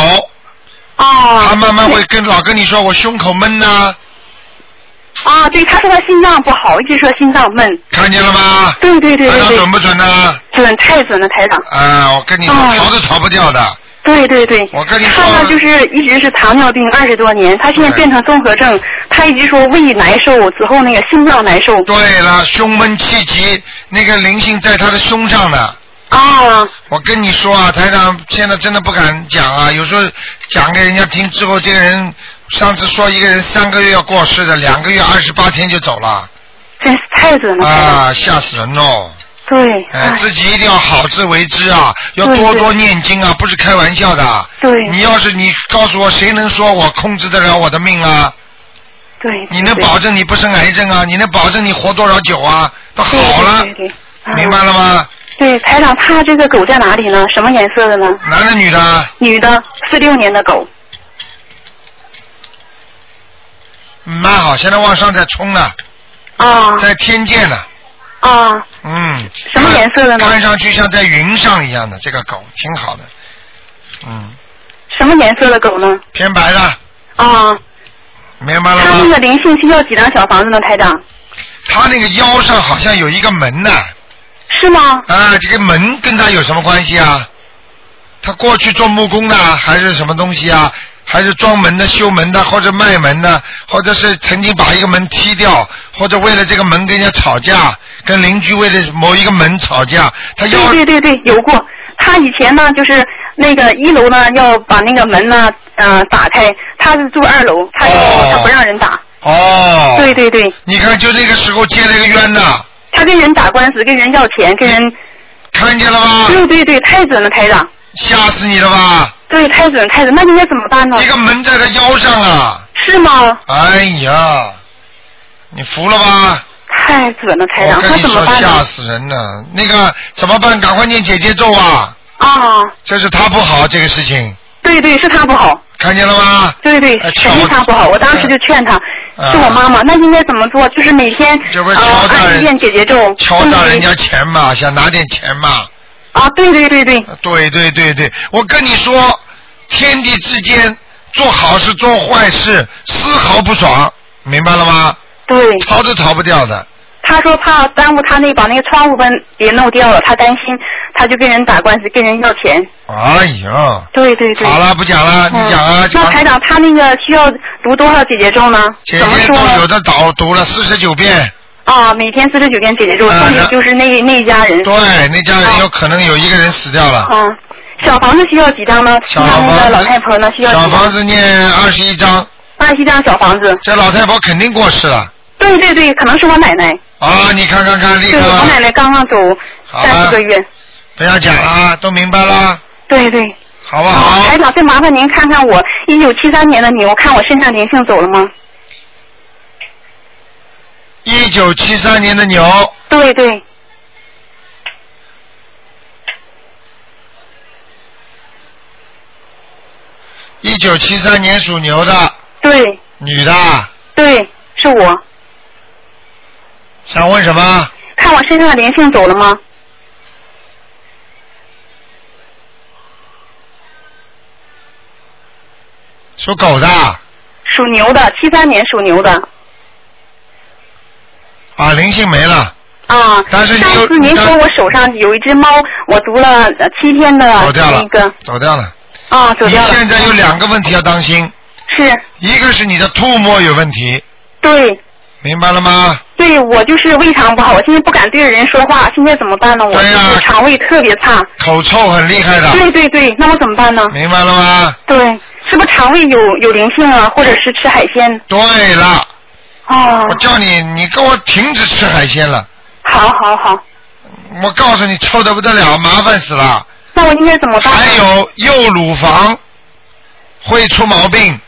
[SPEAKER 7] 哦。
[SPEAKER 1] 她慢慢会跟老跟你说，我胸口闷呐、
[SPEAKER 7] 啊，对，她说她心脏不好，一直说心脏闷。
[SPEAKER 1] 看见了吗？
[SPEAKER 7] 对对对
[SPEAKER 1] 台长
[SPEAKER 7] 对
[SPEAKER 1] 准不
[SPEAKER 7] 对，
[SPEAKER 1] 准呢、啊？
[SPEAKER 7] 准太准了，台长。
[SPEAKER 1] 我跟你说，
[SPEAKER 7] 哦
[SPEAKER 1] 逃都逃不掉的。
[SPEAKER 7] 对对对，
[SPEAKER 1] 我跟你
[SPEAKER 7] 他呢就是一直是糖尿病二十多年，他现在变成综合症，他一直说胃难受，之后那个心脏难受。
[SPEAKER 1] 对了，胸闷气急，那个灵性在她的胸上呢。
[SPEAKER 7] 啊。
[SPEAKER 1] 我跟你说啊，台长现在真的不敢讲啊，有时候讲给人家听之后，这个人上次说一个人三个月要过世的，两个月二十八天就走了。
[SPEAKER 7] 真是太准
[SPEAKER 1] 了。啊，吓死人喽！
[SPEAKER 7] 对，
[SPEAKER 1] 哎，自己一定要好自为之啊，要
[SPEAKER 7] 对
[SPEAKER 1] 多
[SPEAKER 7] 对
[SPEAKER 1] 多念经啊，不是开玩笑的。
[SPEAKER 7] 对
[SPEAKER 1] 你要是你告诉我，谁能说我控制得了我的命啊？
[SPEAKER 7] 对。对
[SPEAKER 1] 你能保证你不生癌症啊？你能保证你活多少久啊？都好了，
[SPEAKER 7] 对对对对
[SPEAKER 1] 明白了吗？
[SPEAKER 7] 对，台长，他这个狗在哪里呢？什么颜色的呢？
[SPEAKER 1] 男的女的啊？
[SPEAKER 7] 女的，四六年的狗。
[SPEAKER 1] 嗯蛮好，现在往上在冲呢，
[SPEAKER 7] 啊
[SPEAKER 1] 在天界呢，
[SPEAKER 7] 啊，
[SPEAKER 1] 嗯。
[SPEAKER 7] 什么颜色的呢？
[SPEAKER 1] 看上去像在云上一样的这个狗，挺好的，嗯，
[SPEAKER 7] 什么颜色的狗呢？
[SPEAKER 1] 偏白的，
[SPEAKER 7] 啊，
[SPEAKER 1] 明白了
[SPEAKER 7] 他那
[SPEAKER 1] 吗？
[SPEAKER 7] 个灵性需要几张小房子呢，台长？
[SPEAKER 1] 他那个腰上好像有一个门呐、
[SPEAKER 7] 是吗？
[SPEAKER 1] 啊，这个门跟他有什么关系啊？他过去做木工的，还是什么东西啊？还是装门的、修门的，或者卖门的，或者是曾经把一个门踢掉，或者为了这个门跟人家吵架，跟邻居为了某一个门吵架，他腰
[SPEAKER 7] 对对对对，有过。他以前呢，就是那个一楼呢，要把那个门呢，呃，打开。他是住二楼，他就、他不让人打。
[SPEAKER 1] 哦，
[SPEAKER 7] 对对对，
[SPEAKER 1] 你看就那个时候结了一个冤呐，
[SPEAKER 7] 他跟人打官司，跟人要钱，跟人。
[SPEAKER 1] 看见了吗？
[SPEAKER 7] 对对对，太准了，台长。
[SPEAKER 1] 吓死你了吧？
[SPEAKER 7] 对，太准太准，那应该怎么办呢？
[SPEAKER 1] 这个门在他腰上啊。
[SPEAKER 7] 是吗？
[SPEAKER 1] 哎呀，你服了吧？
[SPEAKER 7] 太准了，台长，
[SPEAKER 1] 我
[SPEAKER 7] 那
[SPEAKER 1] 跟你
[SPEAKER 7] 哎怎么
[SPEAKER 1] 说，
[SPEAKER 7] 办呢？
[SPEAKER 1] 吓死人了！那个怎么办？赶快念姐姐咒啊！
[SPEAKER 7] 啊，
[SPEAKER 1] 这是他不好，这个事情
[SPEAKER 7] 对对，是他不好。
[SPEAKER 1] 看见了哎吗？
[SPEAKER 7] 对对，肯定他不好。我当时就劝他，
[SPEAKER 1] 哎啊
[SPEAKER 7] 是我妈妈，那应该怎么做？就是每天啊二十一遍姐姐咒，
[SPEAKER 1] 敲
[SPEAKER 7] 送
[SPEAKER 1] 诈
[SPEAKER 7] 给
[SPEAKER 1] 人家钱嘛，想拿点钱嘛。
[SPEAKER 7] 啊，对对对对。
[SPEAKER 1] 对对对对，我跟你说，天地之间做好事做坏事丝毫不爽，明白了吗？
[SPEAKER 7] 对。
[SPEAKER 1] 逃都逃不掉的。
[SPEAKER 7] 他说怕耽误他那把那个窗户门也弄掉了，他担心，他就跟人打官司，跟人要钱。
[SPEAKER 1] 哎呀，
[SPEAKER 7] 对对对。
[SPEAKER 1] 好了，不讲了，你讲啊
[SPEAKER 7] 嗯。那台长，他那个需要读多少姐姐咒呢？
[SPEAKER 1] 姐
[SPEAKER 7] 怎么
[SPEAKER 1] 姐
[SPEAKER 7] 说
[SPEAKER 1] 都
[SPEAKER 7] 呢？
[SPEAKER 1] 有的导读了四十九遍，
[SPEAKER 7] 啊，每天四十九遍姐姐咒，
[SPEAKER 1] 嗯
[SPEAKER 7] 送给
[SPEAKER 1] 然
[SPEAKER 7] 就是那那一家人。
[SPEAKER 1] 对，那家
[SPEAKER 7] 哦
[SPEAKER 1] 人有可能有一个人死掉了。
[SPEAKER 7] 啊，小房子需要几张呢？
[SPEAKER 1] 小房子
[SPEAKER 7] 那那个老太婆呢？需要几
[SPEAKER 1] 小
[SPEAKER 7] 张
[SPEAKER 1] 房子念二十一章。
[SPEAKER 7] 二十一张小房子。
[SPEAKER 1] 这老太婆肯定过世了
[SPEAKER 7] 对对对，可能是我奶奶。
[SPEAKER 1] 啊！你看看看，立
[SPEAKER 7] 嗯对，
[SPEAKER 1] 刻
[SPEAKER 7] 我奶奶刚刚走
[SPEAKER 1] 好
[SPEAKER 7] 三
[SPEAKER 1] 了
[SPEAKER 7] 四个，月。
[SPEAKER 1] 不要讲了，都明白了，
[SPEAKER 7] 对对。
[SPEAKER 1] 好不好？
[SPEAKER 7] 台长，再麻烦您看看我一九七三年的牛，看我身上灵性走了吗？
[SPEAKER 1] 一九七三年的牛，
[SPEAKER 7] 对对，
[SPEAKER 1] 一九七三年属牛的
[SPEAKER 7] 对
[SPEAKER 1] 女的，
[SPEAKER 7] 对，是我。
[SPEAKER 1] 想问什么？
[SPEAKER 7] 看我身上的灵性走了吗？
[SPEAKER 1] 属狗的
[SPEAKER 7] 属牛的，七三年属牛的
[SPEAKER 1] 啊，灵性没了，
[SPEAKER 7] 啊。
[SPEAKER 1] 但是你
[SPEAKER 7] 上
[SPEAKER 1] 有
[SPEAKER 7] 次您说我手上有一只猫，我读了呃七天的
[SPEAKER 1] 走掉了
[SPEAKER 7] 那个
[SPEAKER 1] 走掉了。
[SPEAKER 7] 啊，走
[SPEAKER 1] 你
[SPEAKER 7] 掉了。
[SPEAKER 1] 现在有两个问题要当心，
[SPEAKER 7] 是
[SPEAKER 1] 一个是你的吐沫有问题，
[SPEAKER 7] 对
[SPEAKER 1] 明白了吗？
[SPEAKER 7] 对，我就是胃肠不好，我现在不敢对着人说话，现在怎么办呢？我就是肠胃特别差。
[SPEAKER 1] 口臭很厉啊害的，
[SPEAKER 7] 对对对，那我怎么办呢？
[SPEAKER 1] 明白了吗？
[SPEAKER 7] 对，是不是肠胃有有灵性啊，或者是吃海鲜？
[SPEAKER 1] 对了，
[SPEAKER 7] 哦，
[SPEAKER 1] 我叫你，你给我停止吃海鲜了。
[SPEAKER 7] 好好好，
[SPEAKER 1] 我告诉你，臭的不得了，麻烦死了。
[SPEAKER 7] 那我应该怎么办？
[SPEAKER 1] 还有右乳房会出毛病。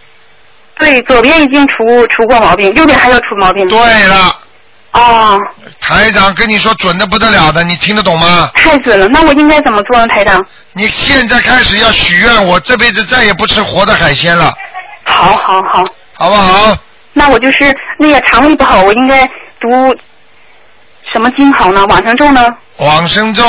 [SPEAKER 7] 对，左边已经出出过毛病，右边还要出毛病。
[SPEAKER 1] 对了，
[SPEAKER 7] 哦，
[SPEAKER 1] 台长跟你说准的不得了的，你听得懂吗？
[SPEAKER 7] 太准了，那我应该怎么做呢，台长？
[SPEAKER 1] 你现在开始要许愿，我这辈子再也不吃活的海鲜了，
[SPEAKER 7] 好好好，
[SPEAKER 1] 好不好？
[SPEAKER 7] 那我就是那个肠胃不好，我应该读什么经好呢？往生咒呢？
[SPEAKER 1] 往生咒，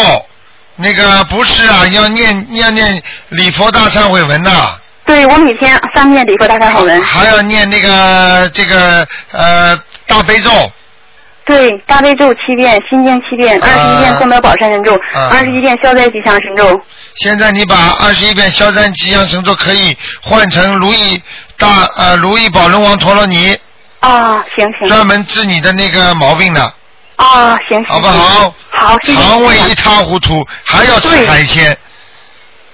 [SPEAKER 1] 那个不是啊，要念要念礼佛大忏悔文呐、
[SPEAKER 7] 对，我每天三遍礼佛大忏悔文，
[SPEAKER 1] 还要念那个这个呃大悲咒。
[SPEAKER 7] 对，大悲咒七遍，心经七遍，二十一遍功德宝山神咒，
[SPEAKER 1] 啊
[SPEAKER 7] 二十一遍消灾吉祥神咒。
[SPEAKER 1] 现在你把二十一遍消灾吉祥神咒可以换成如意大呃如意宝轮王陀罗尼，
[SPEAKER 7] 啊，行行。
[SPEAKER 1] 专门治你的那个毛病的，
[SPEAKER 7] 啊，行行。
[SPEAKER 1] 好不好？
[SPEAKER 7] 嗯好，谢谢。
[SPEAKER 1] 肠胃一塌糊涂，还要吃
[SPEAKER 7] 对
[SPEAKER 1] 海鲜，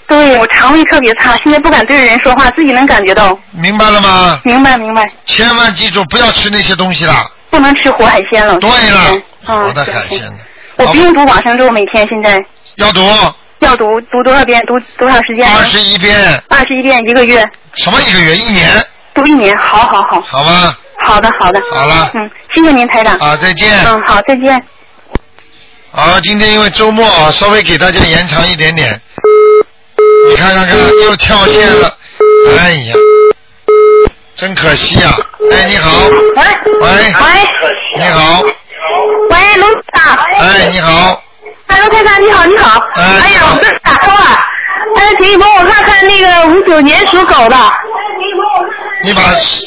[SPEAKER 7] 对我肠胃特别差，现在不敢对着人说话，自己能感觉到。
[SPEAKER 1] 明白了吗？
[SPEAKER 7] 明白明白，
[SPEAKER 1] 千万记住不要吃那些东西了。
[SPEAKER 7] 不能吃活海鲜了。
[SPEAKER 1] 对了，
[SPEAKER 7] 啊
[SPEAKER 1] 活，的海鲜的
[SPEAKER 7] 我不用读往生咒，每天现在
[SPEAKER 1] 要读
[SPEAKER 7] 要读读多少遍？读多长时间？啊
[SPEAKER 1] 二十一遍，
[SPEAKER 7] 二十一遍一个月，
[SPEAKER 1] 什么一个月一年，
[SPEAKER 7] 读一年。好好好，
[SPEAKER 1] 好吗？
[SPEAKER 7] 好的好的。
[SPEAKER 1] 好了
[SPEAKER 7] 嗯，谢谢您台长。
[SPEAKER 1] 啊，再见。
[SPEAKER 7] 嗯，好，再见。
[SPEAKER 1] 好，今天因为周末啊，稍微给大家延长一点点。你看看看，又跳线了，哎呀，真可惜啊！哎，你好，
[SPEAKER 9] 喂
[SPEAKER 1] 喂，你好，
[SPEAKER 9] 喂，卢长，
[SPEAKER 1] 哎，你好，
[SPEAKER 9] 哎，卢台长，你好，你好。哎呀，我这打通了。哎，请你帮我看看那个五九年属狗的。
[SPEAKER 1] 你把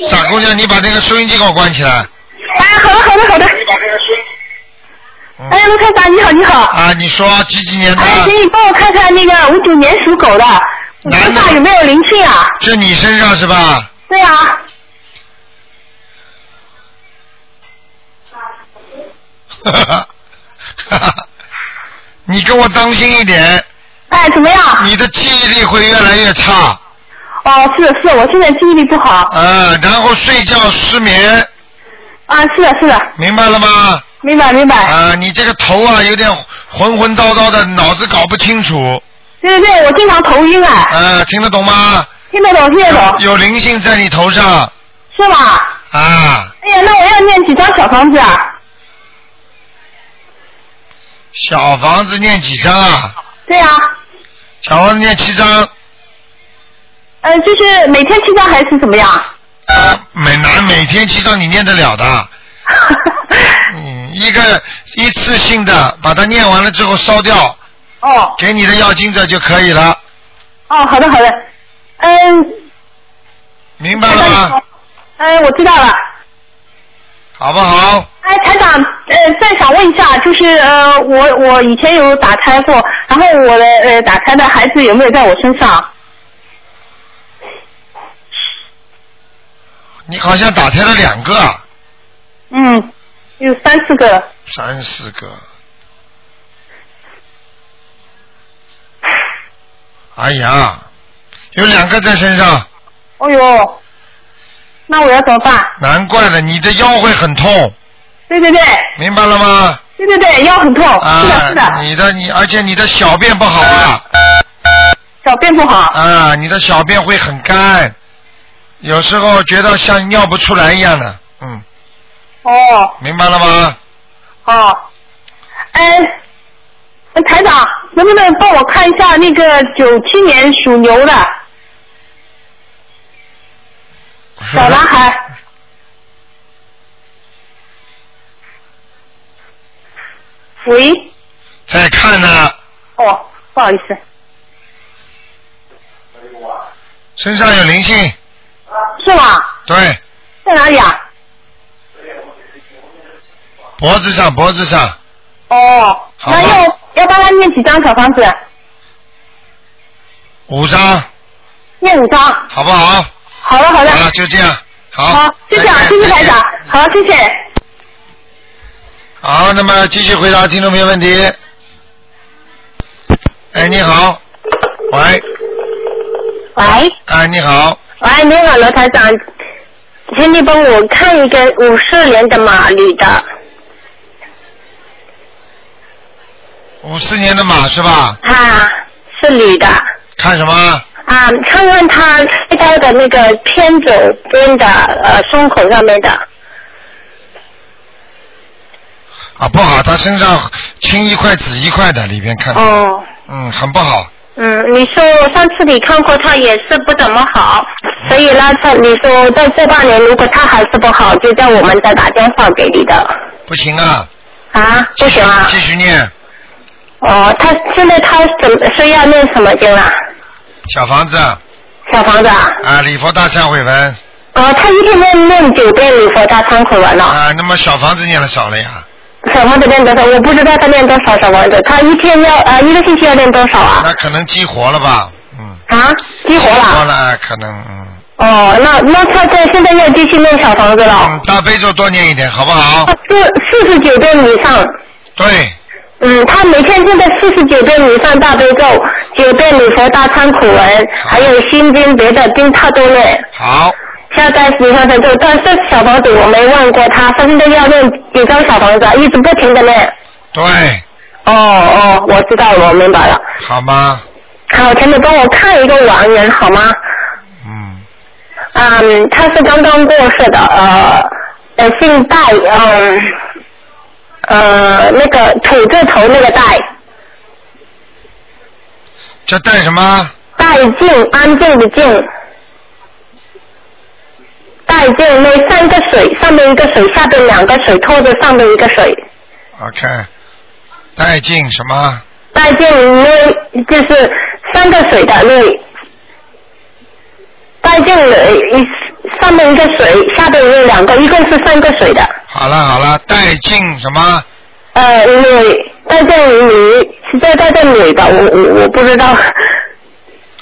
[SPEAKER 1] 傻姑娘，你把那个收音机给我关起来
[SPEAKER 9] 哎，好的，好的，好的。哎，卢台长，你好，你好。
[SPEAKER 1] 啊！你说几几年的？
[SPEAKER 9] 哎，请你帮我看看那个五九年属狗的，我身上有没有灵性啊？
[SPEAKER 1] 是你身上是吧？
[SPEAKER 9] 对啊，
[SPEAKER 1] 哈哈哈哈 (laughs) 你跟我当心一点。
[SPEAKER 9] 哎，怎么样？
[SPEAKER 1] 你的记忆力会越来越差。
[SPEAKER 9] 哦，是是，我现在记忆力不好。
[SPEAKER 1] 啊，然后睡觉失眠。
[SPEAKER 9] 啊，是的，是的。
[SPEAKER 1] 明白了吗？
[SPEAKER 9] 明白，明白。
[SPEAKER 1] 啊，你这个头啊，有点浑浑叨叨的，脑子搞不清楚。
[SPEAKER 9] 对对对，我经常头晕哎、
[SPEAKER 1] 啊，听得懂吗？
[SPEAKER 9] 听得懂，听得懂，
[SPEAKER 1] 有灵性在你头上
[SPEAKER 9] 是吧？
[SPEAKER 1] 啊，
[SPEAKER 9] 哎呀，那我要念几张小房子啊？
[SPEAKER 1] 小房子念几张啊？
[SPEAKER 9] 对呀、
[SPEAKER 1] 小房子念七张，
[SPEAKER 9] 呃，就是每天七张还是怎么样？
[SPEAKER 1] 每男每天七张你念得了的。嗯，一个一次性的把它念完了之后烧掉。
[SPEAKER 9] (laughs) 哦。
[SPEAKER 1] 给你的要经者就可以了，
[SPEAKER 9] (laughs) 哦，好的好的，嗯，
[SPEAKER 1] 明白了吗？
[SPEAKER 9] 呃，我知道了。
[SPEAKER 1] 好不好？
[SPEAKER 9] 哎，台长，呃，再想问一下，就是呃，我我以前有打胎过，然后我的呃打胎的孩子有没有在我身上？
[SPEAKER 1] 你好像打胎了两个啊，
[SPEAKER 9] 嗯，有三四个。
[SPEAKER 1] 三四个。哎呀，有两个在身上，
[SPEAKER 9] 哦呦，那我要怎么办？
[SPEAKER 1] 难怪了，你的腰会很痛，
[SPEAKER 9] 对对对，
[SPEAKER 1] 明白了吗？
[SPEAKER 9] 对对对，腰很痛，
[SPEAKER 1] 啊，
[SPEAKER 9] 是的，是的，
[SPEAKER 1] 你的你，而且你的小便不好啊。
[SPEAKER 9] 小便不好。
[SPEAKER 1] 啊，你的小便会很干，有时候觉得像尿不出来一样的，嗯，
[SPEAKER 9] 哦
[SPEAKER 1] 明白了吗？
[SPEAKER 9] 哦，哎，呃台长，能不能帮我看一下那个九七年属牛的小男孩？喂，
[SPEAKER 1] 在看呢，
[SPEAKER 9] 哦，不好意思，
[SPEAKER 1] 身上有灵性，
[SPEAKER 9] 是吗？
[SPEAKER 1] 对，
[SPEAKER 9] 在哪里啊？
[SPEAKER 1] 脖子上脖子上，
[SPEAKER 9] 哦，那要要帮他念几张小房子？
[SPEAKER 1] 五张，
[SPEAKER 9] 念五张。
[SPEAKER 1] 好不好？
[SPEAKER 9] 好的，好的。
[SPEAKER 1] 好了，就这样，好，
[SPEAKER 9] 谢谢啊，谢谢台长。好，谢谢。
[SPEAKER 1] 好，那么继续回答听众朋友问题。哎，你好，喂，
[SPEAKER 13] 喂
[SPEAKER 1] 哎，你好，
[SPEAKER 13] 喂，你好，罗台长，请你帮我看一个五四年的马女的，
[SPEAKER 1] 五四年的马是吧？
[SPEAKER 13] 啊，是女的，
[SPEAKER 1] 看什么？
[SPEAKER 13] 啊，看看她一刀的那个偏左边的呃胸口上面的，
[SPEAKER 1] 啊，不好，他身上青一块紫一块的，里边看，
[SPEAKER 13] 哦，
[SPEAKER 1] 嗯，很不好，
[SPEAKER 13] 嗯，你说上次你看过她也是不怎么好，所以呢，她你说在这半年如果她还是不好，就叫我们再打电话给你的，
[SPEAKER 1] 不行啊，
[SPEAKER 13] 啊，不行啊，
[SPEAKER 1] 继续念
[SPEAKER 13] 哦，她现在她怎么是要念什么经啊？
[SPEAKER 1] 小房子啊，
[SPEAKER 13] 小房子啊？
[SPEAKER 1] 礼佛大忏悔文
[SPEAKER 13] 哦，他一天念念九遍礼佛大忏悔文了，
[SPEAKER 1] 啊，那么小房子念的少了呀，
[SPEAKER 13] 小房子念多少？我不知道他念多少小房子，他一天要呃一个星期要念多少啊？
[SPEAKER 1] 那可能激活了吧？
[SPEAKER 13] 啊，激活
[SPEAKER 1] 激
[SPEAKER 13] 了。
[SPEAKER 1] 活了，哎可能嗯。
[SPEAKER 13] 哦，那那他在现在要继续念小房子了，
[SPEAKER 1] 嗯，大悲咒多念一点，好不好？
[SPEAKER 13] 四四十九遍以上。
[SPEAKER 1] 对，
[SPEAKER 13] 嗯，他每天现在四十九遍以上大悲咒，九遍礼佛大忏悔文，还有心经别的经他都念。
[SPEAKER 1] 好，
[SPEAKER 13] 下在礼佛神咒，但是小房子我没问过他，他现在要念几张小房子啊，一直不停的念。
[SPEAKER 1] 对，
[SPEAKER 13] 哦哦，我知道了，我明白了。
[SPEAKER 1] 好吗？
[SPEAKER 13] 好，请你帮我看一个亡人好吗？嗯。嗯，他是刚刚过世的，呃，呃，姓戴，嗯，呃，那个土字头那个戴，
[SPEAKER 1] 这带什么？
[SPEAKER 13] 戴静，安静的静，戴静那三个水，上面一个水，下边两个水，拖着上面一个水，
[SPEAKER 1] 我看，带进什么？
[SPEAKER 13] 戴静那就是三个水的那，戴静一上面一个水，下边有两个，一共是三个水的。
[SPEAKER 1] 好了好了，带进什么？
[SPEAKER 13] 呃，女，在这里女，是在在这女的，我我我不知道，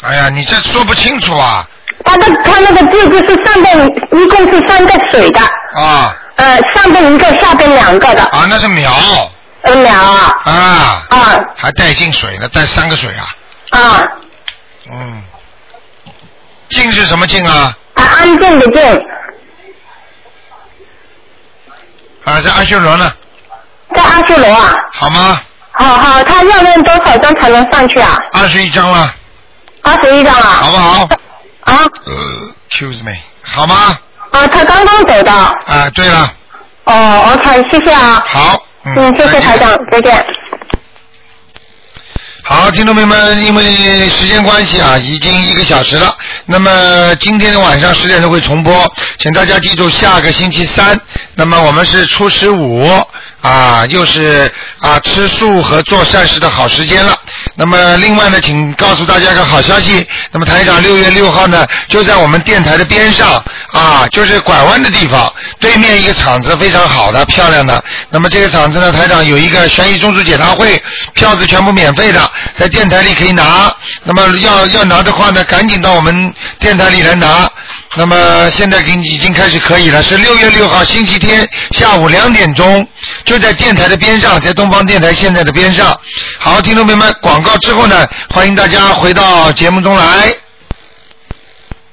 [SPEAKER 1] 哎呀，你这说不清楚啊！
[SPEAKER 13] 他的他那个字就是上边一共是三个水的，
[SPEAKER 1] 啊
[SPEAKER 13] 呃，上边一个，下边两个的，
[SPEAKER 1] 啊，那是苗
[SPEAKER 13] 呃，两啊
[SPEAKER 1] 啊，
[SPEAKER 13] 啊
[SPEAKER 1] 还带进水呢，带三个水啊。
[SPEAKER 13] 啊
[SPEAKER 1] 嗯，进是什么进啊？
[SPEAKER 13] 啊，安静的静，
[SPEAKER 1] 啊，这阿修罗呢？
[SPEAKER 13] 在阿修罗啊，
[SPEAKER 1] 好吗？
[SPEAKER 13] 好好，他要练多少张才能上去啊？
[SPEAKER 1] 二十一张了，
[SPEAKER 13] 二十一张啊？
[SPEAKER 1] 好不好？
[SPEAKER 13] 啊
[SPEAKER 1] 呃，choose me，好吗？
[SPEAKER 13] 啊，他刚刚走的。
[SPEAKER 1] 啊，对了，
[SPEAKER 13] 哦，OK，谢谢啊。
[SPEAKER 1] 好。
[SPEAKER 13] 嗯，谢谢台长，再见。
[SPEAKER 1] 好，听众朋友们，因为时间关系啊，已经一个小时了。那么今天的晚上十点钟会重播，请大家记住下个星期三。那么我们是初十五啊，又是啊吃素和做善事的好时间了。那么另外呢，请告诉大家一个好消息。那么台长六月六号呢，就在我们电台的边上啊，就是拐弯的地方，对面一个场子非常好的、漂亮的。那么这个场子呢，台长有一个悬疑中枢解答会，票子全部免费的，在电台里可以拿。那么要要拿的话呢，赶紧到我们电台里来拿。那么现在给你已经开始可以了，是六月六号星期天下午两点钟，就在电台的边上，在东方电台现在的边上。好，听众朋友们，广告之后呢，欢迎大家回到节目中来。